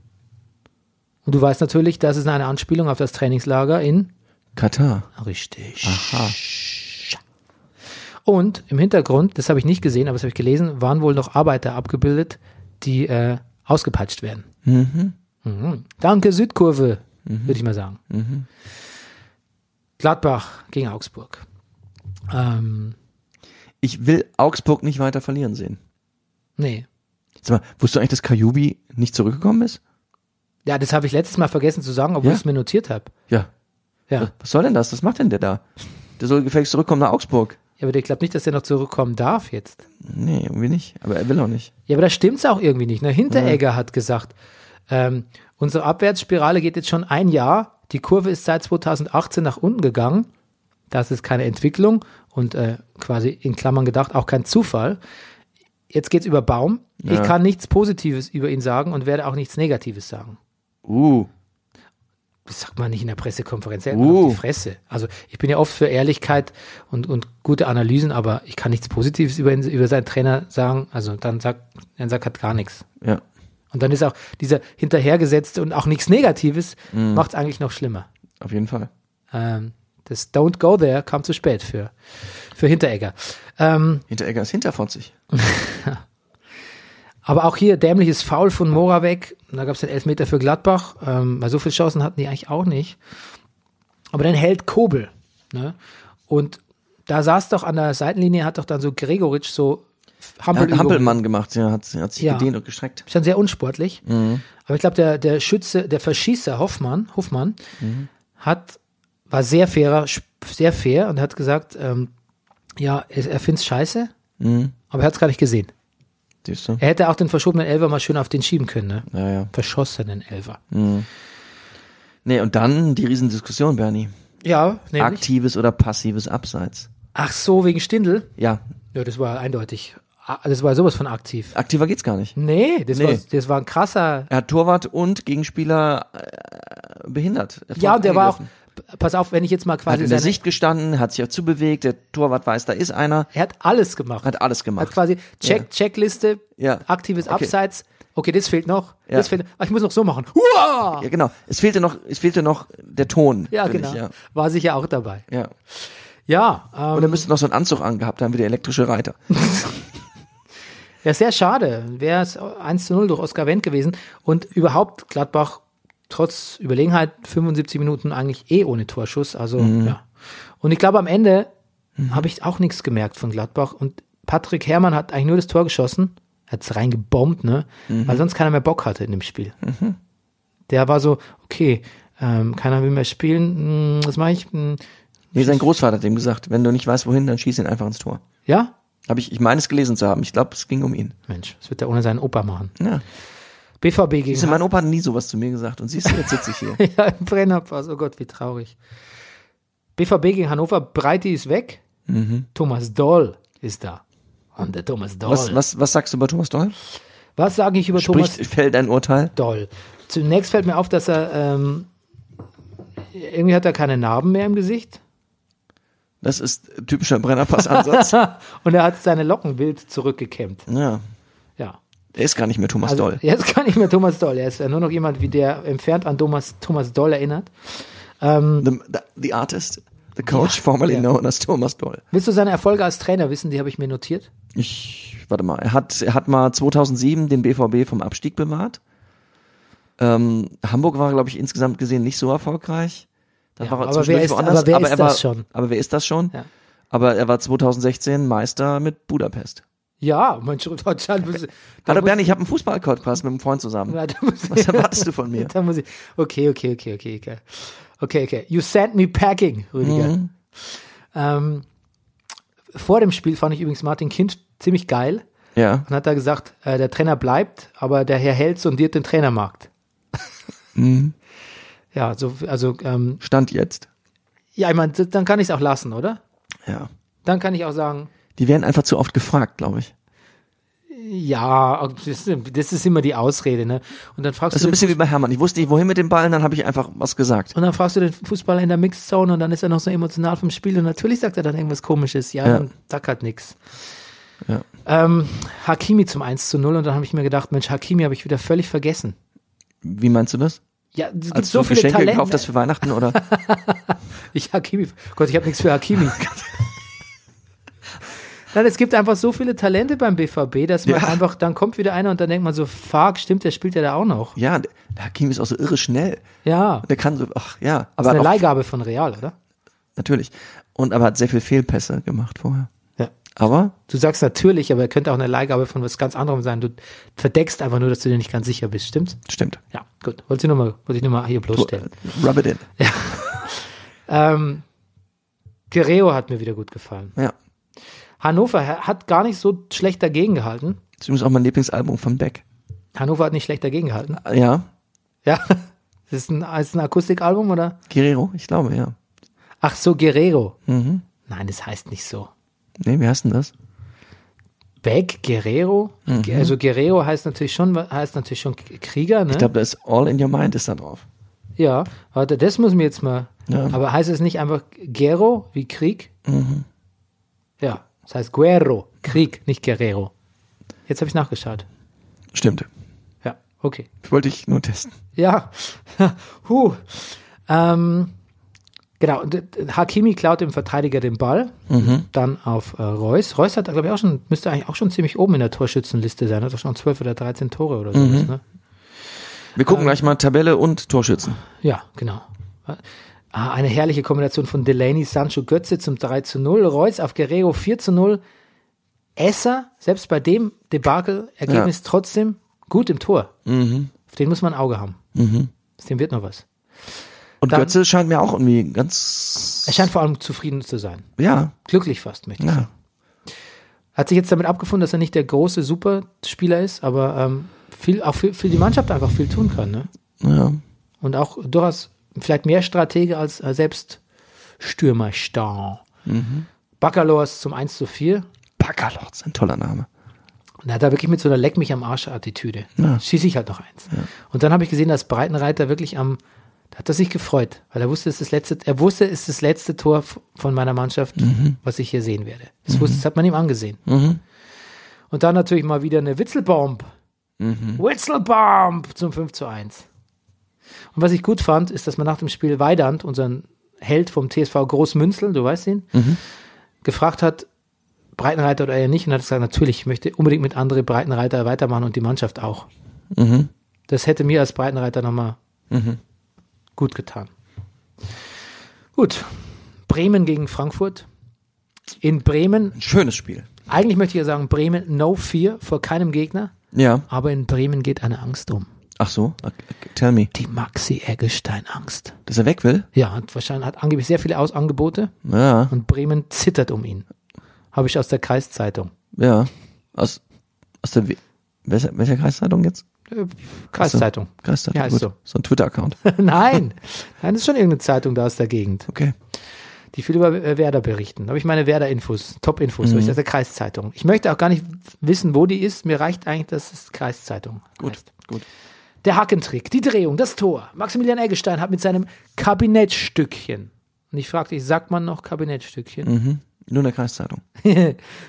Speaker 1: Und du weißt natürlich, das ist eine Anspielung auf das Trainingslager in
Speaker 2: Katar.
Speaker 1: Richtig. Und im Hintergrund, das habe ich nicht gesehen, aber das habe ich gelesen, waren wohl noch Arbeiter abgebildet, die äh, ausgepeitscht werden. Mhm. Danke, Südkurve, würde ich mal sagen. Gladbach gegen Augsburg. Ähm,
Speaker 2: Ich will Augsburg nicht weiter verlieren sehen.
Speaker 1: nee.
Speaker 2: Sag mal, wusstest du eigentlich, dass Kajubi nicht zurückgekommen ist?
Speaker 1: Ja, das habe ich letztes Mal vergessen zu sagen, obwohl
Speaker 2: Ja?
Speaker 1: ich es mir notiert habe.
Speaker 2: Ja.
Speaker 1: Ja. ja,
Speaker 2: Was soll denn das? Was macht denn der da? Der soll gefälligst zurückkommen nach Augsburg.
Speaker 1: aber ich glaube nicht, dass er noch zurückkommen darf jetzt.
Speaker 2: Nee, irgendwie nicht. Aber er will auch nicht.
Speaker 1: Ja, aber das stimmt's auch irgendwie nicht. Ne? Hinteregger hat gesagt, ähm, unsere Abwärtsspirale geht jetzt schon ein Jahr. Die Kurve ist seit 2018 nach unten gegangen. Das ist keine Entwicklung und äh, quasi in Klammern gedacht auch kein Zufall. Jetzt geht's über Baum. Ich kann nichts Positives über ihn sagen und werde auch nichts Negatives sagen.
Speaker 2: Uh.
Speaker 1: Das sagt man nicht in der Pressekonferenz. Er hat man
Speaker 2: Uh.
Speaker 1: auf die Fresse. Also ich bin ja oft für Ehrlichkeit und, und gute Analysen, aber ich kann nichts Positives über, ihn, über seinen Trainer sagen. Also dann sagt, dann sagt halt gar nichts.
Speaker 2: Ja.
Speaker 1: Und dann ist auch dieser hinterhergesetzte und auch nichts Negatives macht's macht es eigentlich noch schlimmer.
Speaker 2: Auf jeden Fall.
Speaker 1: Ähm, das Don't Go There kam zu spät für, für Hinteregger. Ähm,
Speaker 2: Hinteregger ist hinterfotzig.
Speaker 1: aber auch hier dämliches Foul von Moravec. Da gab es den Elfmeter für Gladbach. Ähm, weil so viele Chancen hatten die eigentlich auch nicht. Aber dann hält Kobel. Ne? Und da saß doch an der Seitenlinie, hat doch dann so Gregoritsch so
Speaker 2: Hat
Speaker 1: Hampelübungen.
Speaker 2: Hampelmann gemacht, ja, hat, hat sich
Speaker 1: Ja.
Speaker 2: gedehnt und gestreckt.
Speaker 1: Ist dann sehr unsportlich.
Speaker 2: Mhm.
Speaker 1: Aber ich glaube, der, der Schütze, der Verschießer Hoffmann, Hoffmann hat, war sehr fairer, sp- sehr fair und hat gesagt, ähm, ja, er, er findet es scheiße,
Speaker 2: Mhm.
Speaker 1: aber er hat es gar nicht gesehen.
Speaker 2: Siehst du?
Speaker 1: Er hätte auch den verschobenen Elfer mal schön auf den schieben können, ne?
Speaker 2: Ja, ja. Mhm.
Speaker 1: Verschossenen Elfer.
Speaker 2: Nee, und dann die Riesendiskussion, Bernie.
Speaker 1: Ja, nämlich.
Speaker 2: Aktives oder passives Abseits?
Speaker 1: Ach so, wegen Stindl.
Speaker 2: Ja,
Speaker 1: Ja, das war eindeutig. Ah, Das war sowas von aktiv.
Speaker 2: aktiver geht's gar nicht.
Speaker 1: Nee, das,
Speaker 2: Nee.
Speaker 1: War, das war ein krasser
Speaker 2: Er hat Torwart und Gegenspieler äh, behindert. Er hat
Speaker 1: Ja, und der war auch,
Speaker 2: angegriffen.
Speaker 1: pass auf, wenn ich jetzt mal
Speaker 2: Hat
Speaker 1: quasi
Speaker 2: in der
Speaker 1: seine,
Speaker 2: Sicht gestanden, hat sich auch zubewegt, der Torwart weiß, da ist einer,
Speaker 1: er hat alles gemacht.
Speaker 2: hat alles
Speaker 1: Hat
Speaker 2: gemacht.
Speaker 1: quasi Check, Checkliste,
Speaker 2: Ja.
Speaker 1: aktives
Speaker 2: Okay.
Speaker 1: Abseits. Okay, das fehlt noch.
Speaker 2: Ja.
Speaker 1: Das fehlt. Ah, ich muss noch so machen. Hua!
Speaker 2: ja, genau. Es fehlte noch, es fehlte noch der Ton.
Speaker 1: Ah. Ja,
Speaker 2: finde
Speaker 1: genau.
Speaker 2: Ich, ja.
Speaker 1: War sicher auch dabei.
Speaker 2: ja.
Speaker 1: Ja,
Speaker 2: Und er
Speaker 1: ähm,
Speaker 2: müsste noch so einen Anzug angehabt haben, wie der elektrische Reiter.
Speaker 1: ja, sehr schade. Wäre es 1 zu 0 durch Oskar Wendt gewesen. Und überhaupt Gladbach trotz Überlegenheit 75 Minuten eigentlich eh ohne Torschuss. Also,
Speaker 2: Mhm.
Speaker 1: ja. Und ich glaube, am Ende habe ich auch nichts gemerkt von Gladbach. Und Patrick Herrmann hat eigentlich nur das Tor geschossen, hat es reingebombt, ne?
Speaker 2: Mhm.
Speaker 1: Weil sonst keiner mehr Bock hatte in dem Spiel. Der war so, okay, ähm, keiner will mehr spielen, hm, was mache ich? Hm,
Speaker 2: Nee, sein Großvater hat ihm gesagt, wenn du nicht weißt, wohin, dann schieß ihn einfach ins Tor.
Speaker 1: ja?
Speaker 2: Habe ich, ich meine es gelesen zu haben. Ich glaube, es ging um ihn.
Speaker 1: Mensch, das wird er ohne seinen Opa machen.
Speaker 2: Ja.
Speaker 1: BVB gegen
Speaker 2: Siehst du, mein Opa hat nie sowas zu mir gesagt. Und siehst du, jetzt sitze ich hier.
Speaker 1: Ja, im Brennerpass. Oh Gott, wie traurig. BVB gegen Hannover. Breiti ist weg.
Speaker 2: Mhm.
Speaker 1: Thomas Doll ist da. Und der Thomas Doll.
Speaker 2: Was, was, was sagst du über Thomas Doll?
Speaker 1: Was sage ich über
Speaker 2: Spricht,
Speaker 1: Thomas
Speaker 2: fällt dein Urteil?
Speaker 1: Doll? Zunächst fällt mir auf, dass er ähm, irgendwie hat er keine Narben mehr im Gesicht.
Speaker 2: Das ist typischer Brennerpass-Ansatz.
Speaker 1: Und er hat seine Locken wild zurückgekämmt.
Speaker 2: ja.
Speaker 1: Ja.
Speaker 2: Er ist gar nicht mehr Thomas
Speaker 1: Also,
Speaker 2: Doll.
Speaker 1: jetzt kann ich mir Thomas Doll. Er ist ja nur noch jemand, wie der entfernt an Thomas, Thomas Doll erinnert.
Speaker 2: The, the, the artist, the coach, formerly known as Thomas Doll.
Speaker 1: Willst du seine Erfolge als Trainer wissen? Die habe ich mir notiert.
Speaker 2: Ich, warte mal, er hat, er hat mal 2007 den BVB vom Abstieg bewahrt. Ähm, Hamburg war, glaube ich, insgesamt gesehen nicht so erfolgreich. Dann
Speaker 1: Ja,
Speaker 2: war er
Speaker 1: aber
Speaker 2: zwischendurch
Speaker 1: wer ist-
Speaker 2: woanders.
Speaker 1: aber wer ist
Speaker 2: er war,
Speaker 1: das schon?
Speaker 2: Aber wer ist das schon?
Speaker 1: Ja.
Speaker 2: Aber er war 2016 Meister mit Budapest.
Speaker 1: Ja, mein Deutschland.
Speaker 2: Hallo Bernie, ich habe einen Fußball-Podcast mit einem Freund zusammen.
Speaker 1: Ja, da muss
Speaker 2: Was erwartest du von mir?
Speaker 1: Da muss ich, okay, okay, okay, okay, okay. Okay, okay. You sent me packing, Rüdiger.
Speaker 2: Mhm.
Speaker 1: Ähm, vor dem Spiel fand ich übrigens Martin Kind ziemlich geil
Speaker 2: Ja.
Speaker 1: und hat da gesagt, äh, der Trainer bleibt, aber der Herr Held sondiert den Trainermarkt.
Speaker 2: Mhm.
Speaker 1: Ja, so, also, ähm,
Speaker 2: Stand jetzt.
Speaker 1: ja, ich meine, das- dann kann ich es auch lassen, oder?
Speaker 2: Ja.
Speaker 1: Dann kann ich auch sagen,
Speaker 2: Die werden einfach zu oft gefragt, glaube ich.
Speaker 1: ja, das ist, das ist immer die Ausrede, ne? Und dann fragst
Speaker 2: Das ist
Speaker 1: du
Speaker 2: ein
Speaker 1: den
Speaker 2: bisschen wie bei Hermann. Ich wusste nicht, wohin mit dem Ball, und dann habe ich einfach was gesagt.
Speaker 1: Und dann fragst du den Fußballer in der Mixzone und dann ist er noch so emotional vom Spiel und natürlich sagt er dann irgendwas komisches. Ja,
Speaker 2: Ja.
Speaker 1: dann sag halt nix. Ähm, Hakimi zum 1 zu 0 und dann habe ich mir gedacht, Mensch, Hakimi habe ich wieder völlig vergessen.
Speaker 2: Wie meinst du das?
Speaker 1: Ja, es gibt
Speaker 2: Als
Speaker 1: so
Speaker 2: du
Speaker 1: viele
Speaker 2: Geschenke gekauft
Speaker 1: Talente.
Speaker 2: hast für Weihnachten oder?
Speaker 1: Ich Hakimi. Gott, ich habe nichts für Hakimi. Nein, es gibt einfach so viele Talente beim BVB, dass man
Speaker 2: Ja.
Speaker 1: einfach, dann kommt wieder einer und dann denkt man so, fuck, stimmt, der spielt ja da auch noch.
Speaker 2: Ja, der Hakim ist auch so irre schnell.
Speaker 1: Ja,
Speaker 2: Der kann so, ach ja,
Speaker 1: das ist
Speaker 2: aber
Speaker 1: eine
Speaker 2: auch,
Speaker 1: Leihgabe von Real, oder?
Speaker 2: natürlich. Und aber hat sehr viel Fehlpässe gemacht vorher.
Speaker 1: Ja.
Speaker 2: Aber
Speaker 1: Du sagst natürlich, aber er könnte auch eine Leihgabe von was ganz anderem sein. Du verdeckst einfach nur, dass du dir nicht ganz sicher bist, stimmt's?
Speaker 2: stimmt.
Speaker 1: Ja, gut. Wollte ich nochmal wollte ich noch mal hier bloßstellen.
Speaker 2: Rub it in.
Speaker 1: Ähm, Guerrero hat mir wieder gut gefallen.
Speaker 2: Ja.
Speaker 1: Hannover ha- hat gar nicht so schlecht dagegen gehalten.
Speaker 2: Das ist übrigens auch mein Lieblingsalbum von Beck.
Speaker 1: Hannover hat nicht schlecht dagegen gehalten.
Speaker 2: Ja,
Speaker 1: Ja. Das ist ein, ist ein Akustikalbum, oder?
Speaker 2: Guerrero, ich glaube, ja.
Speaker 1: Ach so, Guerrero. Nein, das heißt nicht so.
Speaker 2: Nee, wie heißt denn das?
Speaker 1: Beck, Guerrero. Ge- Also Guerrero heißt natürlich schon, heißt natürlich schon K- Krieger, ne?
Speaker 2: Ich glaube, da ist All in Your Mind ist da drauf.
Speaker 1: Ja, warte, das muss mir jetzt mal.
Speaker 2: Ja.
Speaker 1: Aber heißt es nicht einfach Guerro wie Krieg? Ja, das heißt Guerro, Krieg, nicht Guerrero. Jetzt habe ich nachgeschaut.
Speaker 2: Stimmt.
Speaker 1: Ja, okay.
Speaker 2: Wollte ich nur testen.
Speaker 1: Ja, huh. Ähm, genau, d- d- Hakimi klaut dem Verteidiger den Ball, dann auf äh, Reus. Reus hat, glaube ich, auch schon, müsste eigentlich auch schon ziemlich oben in der Torschützenliste sein, hat doch schon 12 oder 13 Tore oder sowas, ne?
Speaker 2: Wir gucken
Speaker 1: Ähm.
Speaker 2: gleich mal Tabelle und Torschützen.
Speaker 1: Ja, genau. Ah, eine herrliche Kombination von Delaney, Sancho, Götze zum 3 zu 0, Reus auf Guerrero 4 zu 0. Esser, selbst bei dem Debakel-Ergebnis trotzdem gut im Tor. Auf den muss man ein Auge haben. Aus dem wird noch was.
Speaker 2: Und
Speaker 1: Dann-
Speaker 2: Götze scheint mir auch irgendwie ganz,
Speaker 1: Er scheint vor allem zufrieden zu sein.
Speaker 2: ja,
Speaker 1: Glücklich fast, möchte ich
Speaker 2: ja.
Speaker 1: sagen. Hat sich jetzt damit abgefunden, dass er nicht der große Superspieler ist, aber ähm, viel, auch für, für die Mannschaft einfach viel tun kann. Ne?
Speaker 2: ja.
Speaker 1: Und auch durchaus vielleicht mehr Stratege als äh, selbst Stürmerstar. Bacalors zum 1 zu 4.
Speaker 2: Packerlords, ein toller Name.
Speaker 1: Und er hat da wirklich mit so einer Leck mich am Arsch-Attitüde. Schieße ich halt noch eins. Und dann habe ich gesehen, dass Breitenreiter wirklich am, da hat er sich gefreut, weil er wusste, es ist das letzte, er wusste, es ist das letzte Tor f- von meiner Mannschaft, was ich hier sehen werde. Das wusste, das hat man ihm angesehen. Und dann natürlich mal wieder eine Witzelbomb. Witzelbomb zum 5 zu 1. Und was ich gut fand, ist, dass man nach dem Spiel Weidand, unseren Held vom TSV Großmünzel, du weißt ihn, gefragt hat, Breitenreiter oder eher nicht und hat gesagt, natürlich, ich möchte unbedingt mit André Breitenreiter weitermachen und die Mannschaft auch. Das hätte mir als Breitenreiter nochmal gut getan. Gut, Bremen gegen Frankfurt. In Bremen,
Speaker 2: Ein schönes Spiel.
Speaker 1: eigentlich möchte ich ja sagen, Bremen no fear vor keinem Gegner,
Speaker 2: Ja.
Speaker 1: aber in Bremen geht eine Angst um.
Speaker 2: Ach so, okay, tell me.
Speaker 1: Die Maxi Eggestein-Angst.
Speaker 2: Dass er weg will?
Speaker 1: Ja, hat wahrscheinlich hat angeblich sehr viele Aus Angebote
Speaker 2: Ja,
Speaker 1: und Bremen zittert um ihn. Habe ich aus der Kreiszeitung.
Speaker 2: ja. Aus, aus der, We- welcher, welcher Kreiszeitung jetzt?
Speaker 1: Äh, Kreiszeitung.
Speaker 2: Kreiszeitung,
Speaker 1: Ja, ist
Speaker 2: gut.
Speaker 1: so.
Speaker 2: So ein Twitter-Account.
Speaker 1: Nein, nein, das ist schon irgendeine Zeitung da aus der Gegend,
Speaker 2: Okay.
Speaker 1: die viel über äh, Werder berichten. Da habe ich meine Werder-Infos, Top-Infos, mhm. aus der Kreiszeitung. Ich möchte auch gar nicht wissen, wo die ist. Mir reicht eigentlich, dass es Kreiszeitung Gut, heißt.
Speaker 2: gut.
Speaker 1: Der Hackentrick, die Drehung, das Tor. Maximilian Eggestein hat mit seinem Kabinettstückchen, und ich fragte dich, sagt man noch Kabinettstückchen,
Speaker 2: Nur in der Kreiszeitung.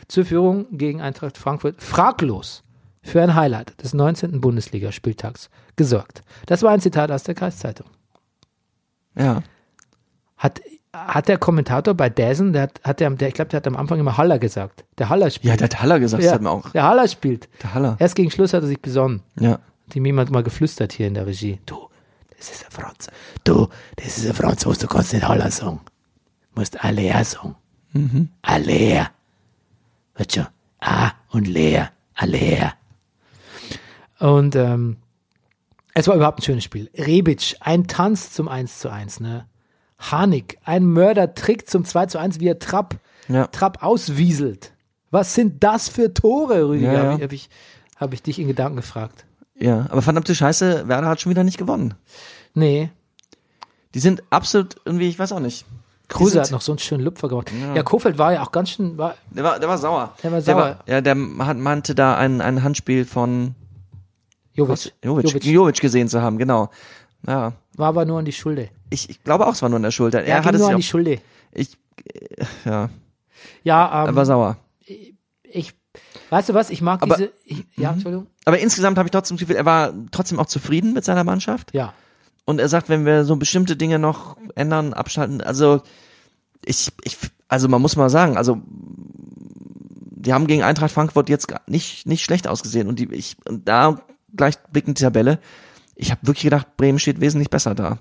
Speaker 1: zur Führung gegen Eintracht Frankfurt fraglos für ein Highlight des 19. Bundesligaspieltags gesorgt. Das war ein Zitat aus der Kreiszeitung.
Speaker 2: Ja.
Speaker 1: Hat, hat der Kommentator bei Dazen, der hat, hat der, der, ich glaube, der hat am Anfang immer Haller gesagt. Der Haller
Speaker 2: Ja,
Speaker 1: spielt.
Speaker 2: der hat Haller gesagt, das hat mir auch.
Speaker 1: der Haller spielt.
Speaker 2: Der Haller.
Speaker 1: Erst gegen Schluss hat er sich besonnen.
Speaker 2: Ja.
Speaker 1: Hat ihm jemand mal geflüstert hier in der Regie. Du, das ist ein Franz. Du, das ist ein Franzose, du kannst nicht Haller sagen. Du musst Alea sagen. Mhm. Alea. Weißt schon? A und Lea. Alea. Und ähm, es war überhaupt ein schönes Spiel. Rebic, ein Tanz zum 1 zu 1, ne? Harnik, ein Mördertrick zum 2 zu 1, wie er Trapp,
Speaker 2: Ja.
Speaker 1: Trapp auswieselt. Was sind das für Tore, Rüdiger?
Speaker 2: Ja,
Speaker 1: Habe
Speaker 2: ja.
Speaker 1: ich, hab ich, hab ich dich in Gedanken gefragt.
Speaker 2: Ja. Aber verdammte Scheiße, Werder hat schon wieder nicht gewonnen.
Speaker 1: Nee,
Speaker 2: Die sind absolut irgendwie, ich weiß auch nicht. Die
Speaker 1: Kruse
Speaker 2: sind-
Speaker 1: hat noch so einen schönen Lüpfer gemacht. Ja, Kofeld war ja auch ganz schön, war,
Speaker 2: Der war, der war sauer.
Speaker 1: Der war sauer.
Speaker 2: ja, der hat, meinte da ein, ein Handspiel von
Speaker 1: Jovic,
Speaker 2: Jovic, Jovic. gesehen zu haben, genau. Ja.
Speaker 1: war aber nur an die Schulde.
Speaker 2: Ich, ich glaube auch, es war nur in der Schulter.
Speaker 1: Er
Speaker 2: er hat
Speaker 1: ging
Speaker 2: es
Speaker 1: nur
Speaker 2: ja
Speaker 1: an
Speaker 2: auch,
Speaker 1: die Schulde.
Speaker 2: ich, äh, ja,
Speaker 1: Ja,
Speaker 2: er
Speaker 1: ähm,
Speaker 2: war sauer.
Speaker 1: ich, weißt du was, ich mag
Speaker 2: Aber- Mhm.
Speaker 1: diese, ich, ja, Entschuldigung,
Speaker 2: Aber insgesamt habe ich trotzdem das Gefühl, er war trotzdem auch zufrieden mit seiner Mannschaft.
Speaker 1: ja.
Speaker 2: Und er sagt, wenn wir so bestimmte Dinge noch ändern, abschalten, also ich, ich, also man muss mal sagen, also die haben gegen Eintracht Frankfurt jetzt gar nicht, nicht schlecht ausgesehen. Und die, ich, und da gleich blickend die Tabelle. Ich habe wirklich gedacht, Bremen steht wesentlich besser da.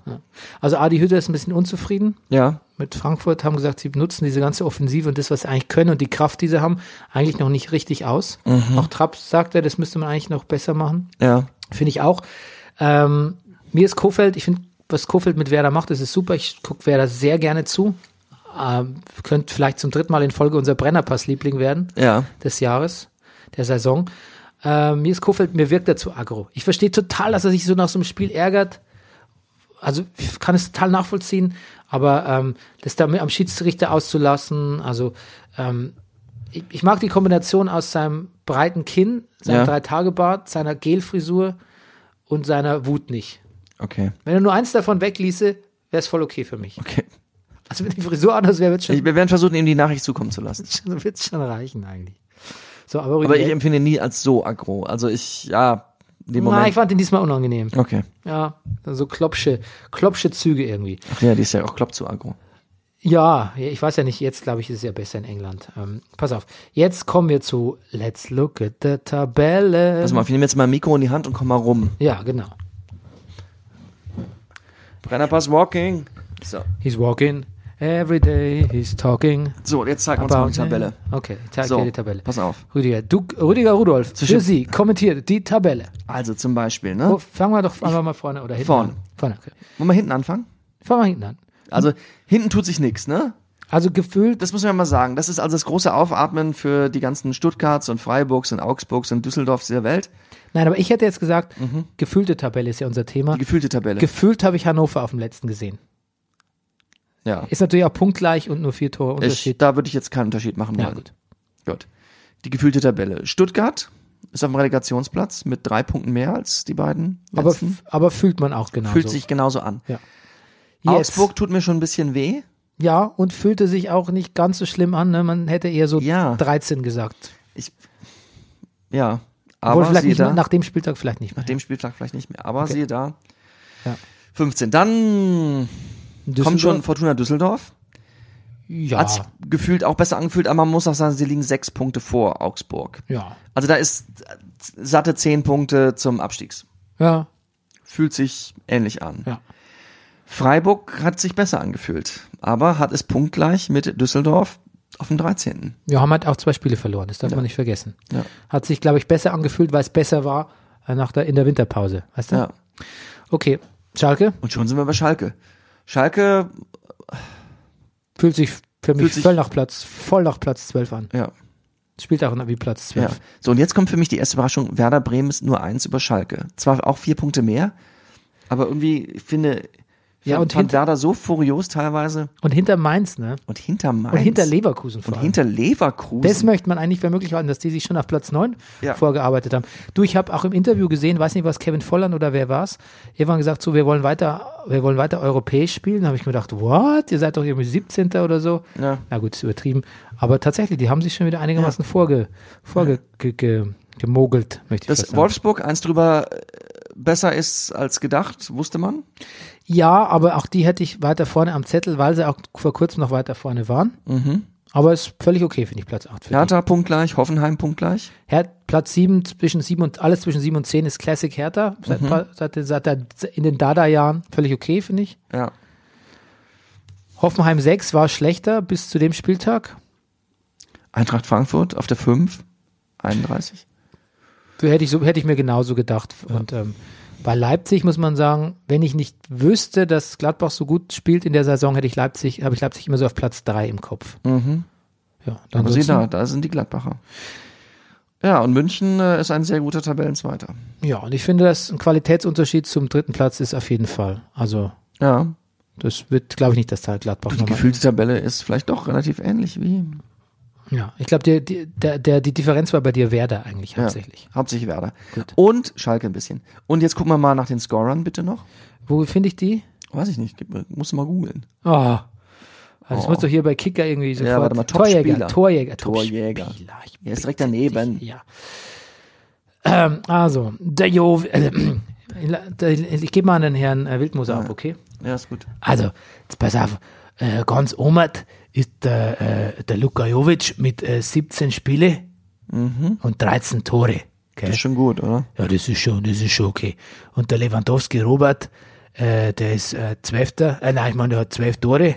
Speaker 1: Also Adi Hütter ist ein bisschen unzufrieden.
Speaker 2: Ja,
Speaker 1: mit Frankfurt, haben gesagt, sie nutzen diese ganze Offensive und das, was sie eigentlich können und die Kraft, die sie haben, eigentlich noch nicht richtig aus.
Speaker 2: Mhm.
Speaker 1: Auch Trapp sagt er, das müsste man eigentlich noch besser machen.
Speaker 2: ja,
Speaker 1: Finde ich auch. Ähm, mir ist Kofeld, ich finde, was Kofeld mit Werder macht, das ist super. Ich gucke Werder sehr gerne zu. Ähm, könnte vielleicht zum dritten Mal in Folge unser Brennerpass-Liebling werden
Speaker 2: ja.
Speaker 1: des Jahres, der Saison. Äh, mir ist Kofeld, mir wirkt er zu aggro. Ich verstehe total, dass er sich so nach so einem Spiel ärgert. Also ich kann es total nachvollziehen, aber ähm, das da am Schiedsrichter auszulassen, also ähm, ich, ich mag die Kombination aus seinem breiten Kinn, seinem
Speaker 2: Ja.
Speaker 1: Drei-Tage-Bart, seiner Gelfrisur und seiner Wut nicht.
Speaker 2: Okay,
Speaker 1: Wenn er nur eins davon wegließe, wäre es voll okay für mich.
Speaker 2: okay.
Speaker 1: Also wenn die Frisur anders wäre, wird schon,
Speaker 2: Ich, wir werden versuchen, ihm die Nachricht zukommen zu lassen.
Speaker 1: wird's schon reichen eigentlich. So, aber,
Speaker 2: Aber ich
Speaker 1: Rüdiger-
Speaker 2: empfinde ihn nie als so aggro. Also ich, ja, in dem
Speaker 1: Na, ich
Speaker 2: Moment.
Speaker 1: fand ihn diesmal unangenehm.
Speaker 2: okay.
Speaker 1: Ja, so klopsche, klopsche Züge irgendwie.
Speaker 2: Ach ja, die ist ja auch klopp zu aggro.
Speaker 1: Ja, ich weiß ja nicht, jetzt glaube ich, ist es ja besser in England. Ähm, pass auf, jetzt kommen wir zu Let's Look at the Tabelle.
Speaker 2: Pass mal, auf, ich nehme jetzt mal ein Mikro in die Hand und komm mal rum.
Speaker 1: Ja, genau.
Speaker 2: Brennerpass Walking. So.
Speaker 1: He's walking Every day he's talking.
Speaker 2: So, jetzt zeigen wir uns mal die Tabelle.
Speaker 1: Okay, ich zeige
Speaker 2: So,
Speaker 1: dir die Tabelle.
Speaker 2: pass auf.
Speaker 1: Rüdiger, du, Rüdiger Rudolf, für
Speaker 2: Zwischen-
Speaker 1: Sie kommentiert die Tabelle.
Speaker 2: Also zum
Speaker 1: Oh,
Speaker 2: Beispiel, ne?
Speaker 1: fangen wir doch einfach mal vorne oder hinten
Speaker 2: Vorne.
Speaker 1: an. Vorne, okay.
Speaker 2: Wollen wir hinten anfangen?
Speaker 1: Fangen wir hinten an.
Speaker 2: Also hinten tut sich nichts, ne?
Speaker 1: Also gefühlt,
Speaker 2: Das müssen wir mal sagen. Das ist also das große Aufatmen für die ganzen Stuttgarts und Freiburgs und Augsburgs und Düsseldorfs der Welt.
Speaker 1: nein, aber ich hätte jetzt gesagt, gefühlte Tabelle ist ja unser Thema.
Speaker 2: Mhm. Die gefühlte Tabelle.
Speaker 1: Gefühlt habe ich Hannover auf dem letzten gesehen.
Speaker 2: ja.
Speaker 1: Ist natürlich auch punktgleich und nur vier Tore
Speaker 2: Ich,
Speaker 1: Unterschied.
Speaker 2: da würde ich jetzt keinen Unterschied machen wollen.
Speaker 1: ja, gut.
Speaker 2: Gut. Die gefühlte Tabelle. Stuttgart ist auf dem Relegationsplatz mit drei Punkten mehr als die beiden.
Speaker 1: Aber,
Speaker 2: letzten.
Speaker 1: f- aber fühlt man auch genau.
Speaker 2: fühlt
Speaker 1: so.
Speaker 2: sich genauso an.
Speaker 1: Jetzt.
Speaker 2: Augsburg tut mir schon ein bisschen weh.
Speaker 1: Ja, und fühlte sich auch nicht ganz so schlimm an. Ne? Man hätte eher so
Speaker 2: Ja.
Speaker 1: 13 gesagt.
Speaker 2: Ich, ja,
Speaker 1: Obwohl
Speaker 2: aber
Speaker 1: vielleicht
Speaker 2: siehe
Speaker 1: nicht,
Speaker 2: da,
Speaker 1: mehr-
Speaker 2: nach
Speaker 1: nach dem Spieltag vielleicht nicht mehr.
Speaker 2: dem Spieltag vielleicht nicht mehr, aber siehe da.
Speaker 1: Ja.
Speaker 2: 15. Dann kommt schon Fortuna Düsseldorf.
Speaker 1: ja,
Speaker 2: Hat sich gefühlt auch besser angefühlt, aber man muss auch sagen, sie liegen sechs Punkte vor Augsburg.
Speaker 1: ja,
Speaker 2: Also da ist äh, satte zehn Punkte zum Abstiegs.
Speaker 1: ja,
Speaker 2: Fühlt sich ähnlich an.
Speaker 1: ja.
Speaker 2: Freiburg hat sich besser angefühlt, aber hat es punktgleich mit Düsseldorf auf dem 13.
Speaker 1: Wir haben halt auch zwei Spiele verloren, das darf man nicht vergessen.
Speaker 2: Ja.
Speaker 1: Hat sich, glaube ich, besser angefühlt, weil es besser war äh, nach der, in der Winterpause. Weißt du?
Speaker 2: Ja.
Speaker 1: Okay, Schalke
Speaker 2: Und schon sind wir bei Schalke. Schalke,
Speaker 1: fühlt sich für mich
Speaker 2: Fühlt sich-
Speaker 1: voll nach Platz, voll nach Platz 12 an.
Speaker 2: ja,
Speaker 1: Spielt auch wie Platz 12.
Speaker 2: ja. So, und jetzt kommt für mich die erste Überraschung. Werder Bremen ist nur eins über Schalke. Zwar auch vier Punkte mehr, aber irgendwie, ich finde,
Speaker 1: Ja,
Speaker 2: fand-
Speaker 1: und
Speaker 2: fand
Speaker 1: hinter-
Speaker 2: Werder so furios teilweise.
Speaker 1: Und hinter Mainz, ne?
Speaker 2: Und hinter Mainz.
Speaker 1: Und hinter Leverkusen vor
Speaker 2: Und
Speaker 1: allem.
Speaker 2: hinter Leverkusen.
Speaker 1: Das möchte man eigentlich für möglich halten, dass die sich schon auf Platz 9
Speaker 2: Ja.
Speaker 1: vorgearbeitet haben. Du, ich habe auch im Interview gesehen, weiß nicht, was Kevin Volland oder wer war's, irgendwann gesagt, so, wir wollen weiter, wir wollen weiter europäisch spielen. Da habe ich mir gedacht, what? Ihr seid doch irgendwie 17. oder so.
Speaker 2: Ja.
Speaker 1: Na gut, ist übertrieben. Aber tatsächlich, die haben sich schon wieder einigermaßen vorge, vorge, ge, ge, gemogelt, möchte ich fast
Speaker 2: dass
Speaker 1: sagen.
Speaker 2: Wolfsburg eins drüber äh, besser ist als gedacht, wusste man.
Speaker 1: Ja, aber auch die hätte ich weiter vorne am Zettel, weil sie auch vor kurzem noch weiter vorne waren.
Speaker 2: Mhm.
Speaker 1: Aber ist völlig okay, finde ich, Platz 8 für die.
Speaker 2: Hertha punktgleich, Hoffenheim punktgleich.
Speaker 1: Her Platz 7 zwischen 7 und alles zwischen 7 und 10 ist Classic Hertha. Seit,
Speaker 2: Mhm.
Speaker 1: paar- seit, den- seit der, in den Dada-Jahren völlig okay, finde ich.
Speaker 2: Ja.
Speaker 1: Hoffenheim 6 war schlechter bis zu dem Spieltag.
Speaker 2: Eintracht Frankfurt auf der 5, 31.
Speaker 1: Hätte ich, so, hätte ich mir genauso gedacht. Und ähm, bei Leipzig muss man sagen, wenn ich nicht wüsste, dass Gladbach so gut spielt in der Saison, hätte ich Leipzig, habe ich Leipzig immer so auf Platz 3 im Kopf. Ja, dann
Speaker 2: Mhm. Aber sieh da, da sind die Gladbacher. Ja, und München äh, ist ein sehr guter Tabellenzweiter.
Speaker 1: Ja, und ich finde, dass ein Qualitätsunterschied zum dritten Platz ist auf jeden Fall. Also,
Speaker 2: Ja,
Speaker 1: das wird, glaube ich, nicht das Teil Gladbach
Speaker 2: die
Speaker 1: nochmal-
Speaker 2: gefühlte Tabelle ist vielleicht doch relativ ähnlich wie
Speaker 1: Ja, ich glaube, die, die, der, der, die Differenz war bei dir Werder eigentlich
Speaker 2: ja,
Speaker 1: hauptsächlich.
Speaker 2: hauptsächlich Werder.
Speaker 1: Gut.
Speaker 2: Und Schalke ein bisschen. Und jetzt gucken wir mal nach den Scorern bitte noch.
Speaker 1: Wo finde ich die?
Speaker 2: Weiß ich nicht, gib mir- musst du mal googeln.
Speaker 1: Oh. Also das
Speaker 2: Oh.
Speaker 1: muss doch hier bei Kicker irgendwie sofort.
Speaker 2: warte mal,
Speaker 1: Torjäger,
Speaker 2: Torspieler.
Speaker 1: Torjäger,
Speaker 2: Torjäger.
Speaker 1: Topspieler, ich
Speaker 2: Er ist direkt
Speaker 1: bitte dich,
Speaker 2: daneben.
Speaker 1: Ja. Ähm, also, der Jo, äh, der- ich gebe mal an den Herrn äh, Wildmoser ab, okay?
Speaker 2: Ja, ist gut.
Speaker 1: Also, jetzt pass auf, äh, ganz omat ist der, äh, der Luka Jovic mit äh, 17 Spiele und 13 Tore. gell?
Speaker 2: Mhm. Das ist schon gut, oder?
Speaker 1: Ja, das ist schon, das ist schon okay. Und der Lewandowski Robert, äh, der ist äh, Zwölfter, äh, nein, ich meine, der hat zwölf Tore.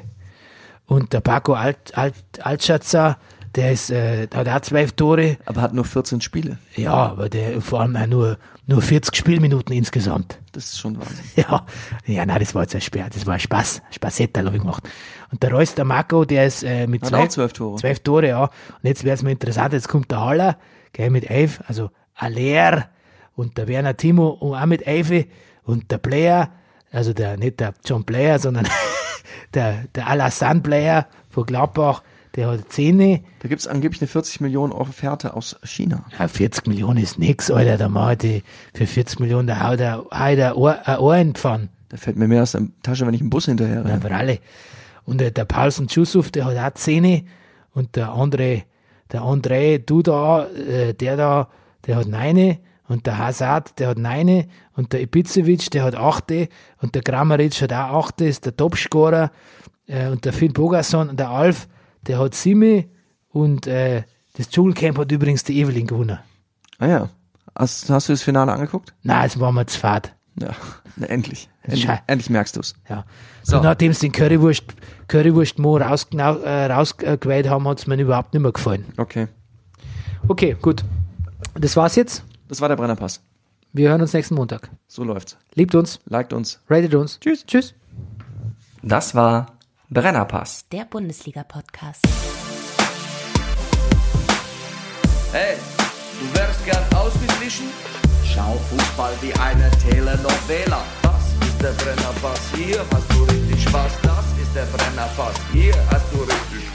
Speaker 1: Und der Paco Alt, Alt, Altschatzer, der ist, äh, der hat auch zwölf Tore.
Speaker 2: Aber hat nur 14 Spiele.
Speaker 1: Ja, aber der vor allem auch nur, nur 40 Spielminuten insgesamt.
Speaker 2: Das ist schon Wahnsinn.
Speaker 1: Ja, ja, nein, das war jetzt ein Spaß, das war ein Spaß, Spassettel habe ich gemacht. Und der Reus, der Marco, der ist äh, mit
Speaker 2: Hat
Speaker 1: zwei-
Speaker 2: auch zwölf Tore.
Speaker 1: Zwölf Tore, ja. Und jetzt wäre es mal interessant, jetzt kommt der Haller, gell, mit elf, also Aller und der Werner Timo und auch mit elf und der Player, also der, nicht der John Player, sondern der, der Alassane Player von Gladbach, der hat zehn,
Speaker 2: Da gibt's angeblich eine 40 Millionen Euro Fährte aus China.
Speaker 1: ja, 40 Ah, Millionen ist nix, Alter, da macht die für 40 Millionen, da haut er, haut er ein Ohr in die Pfanne.
Speaker 2: Da fällt mir mehr aus der Tasche, wenn ich einen Bus hinterher
Speaker 1: Ja,
Speaker 2: renne.
Speaker 1: für alle. Und äh, der Paulsen Tschussow, der hat auch Zähne. Und der andere, der André, du da, äh, der da, der hat neine. Und der Hazard, der hat neine. Und der Ibisevic, der hat achte. Und der Kramaric hat auch achte, ist der Topscorer. Äh, und der Finn Bogason und der Alf, der hat sieben. Und äh, das Dschungelcamp hat übrigens die Evelyn gewonnen.
Speaker 2: Ah ja. Hast, hast du das Finale angeguckt?
Speaker 1: Nein, jetzt waren wir zu fad.
Speaker 2: Ja, na, endlich. Endlich,
Speaker 1: Schei-
Speaker 2: endlich merkst du's.
Speaker 1: Ja. So. Nachdem sie den Currywurst, Currywurstmoor raus, genau, äh, rausgequält haben, hat's mir überhaupt nicht mehr gefallen.
Speaker 2: Okay.
Speaker 1: Okay, gut. Das war's jetzt.
Speaker 2: Das war der Brennerpass.
Speaker 1: Wir hören uns nächsten Montag.
Speaker 2: So läuft's.
Speaker 1: Liebt uns,
Speaker 2: Liked uns.
Speaker 1: ratet uns. Tschüss. Tschüss.
Speaker 3: Das war Brennerpass.
Speaker 4: Der Bundesliga-Podcast.
Speaker 5: Hey, du wärst gern ausgeglichen? Schau Fußball wie eine Telenovela. Das ist der Brennerpass, hier hast du richtig Spaß. Das ist der Brennerpass, hier hast du richtig Spaß.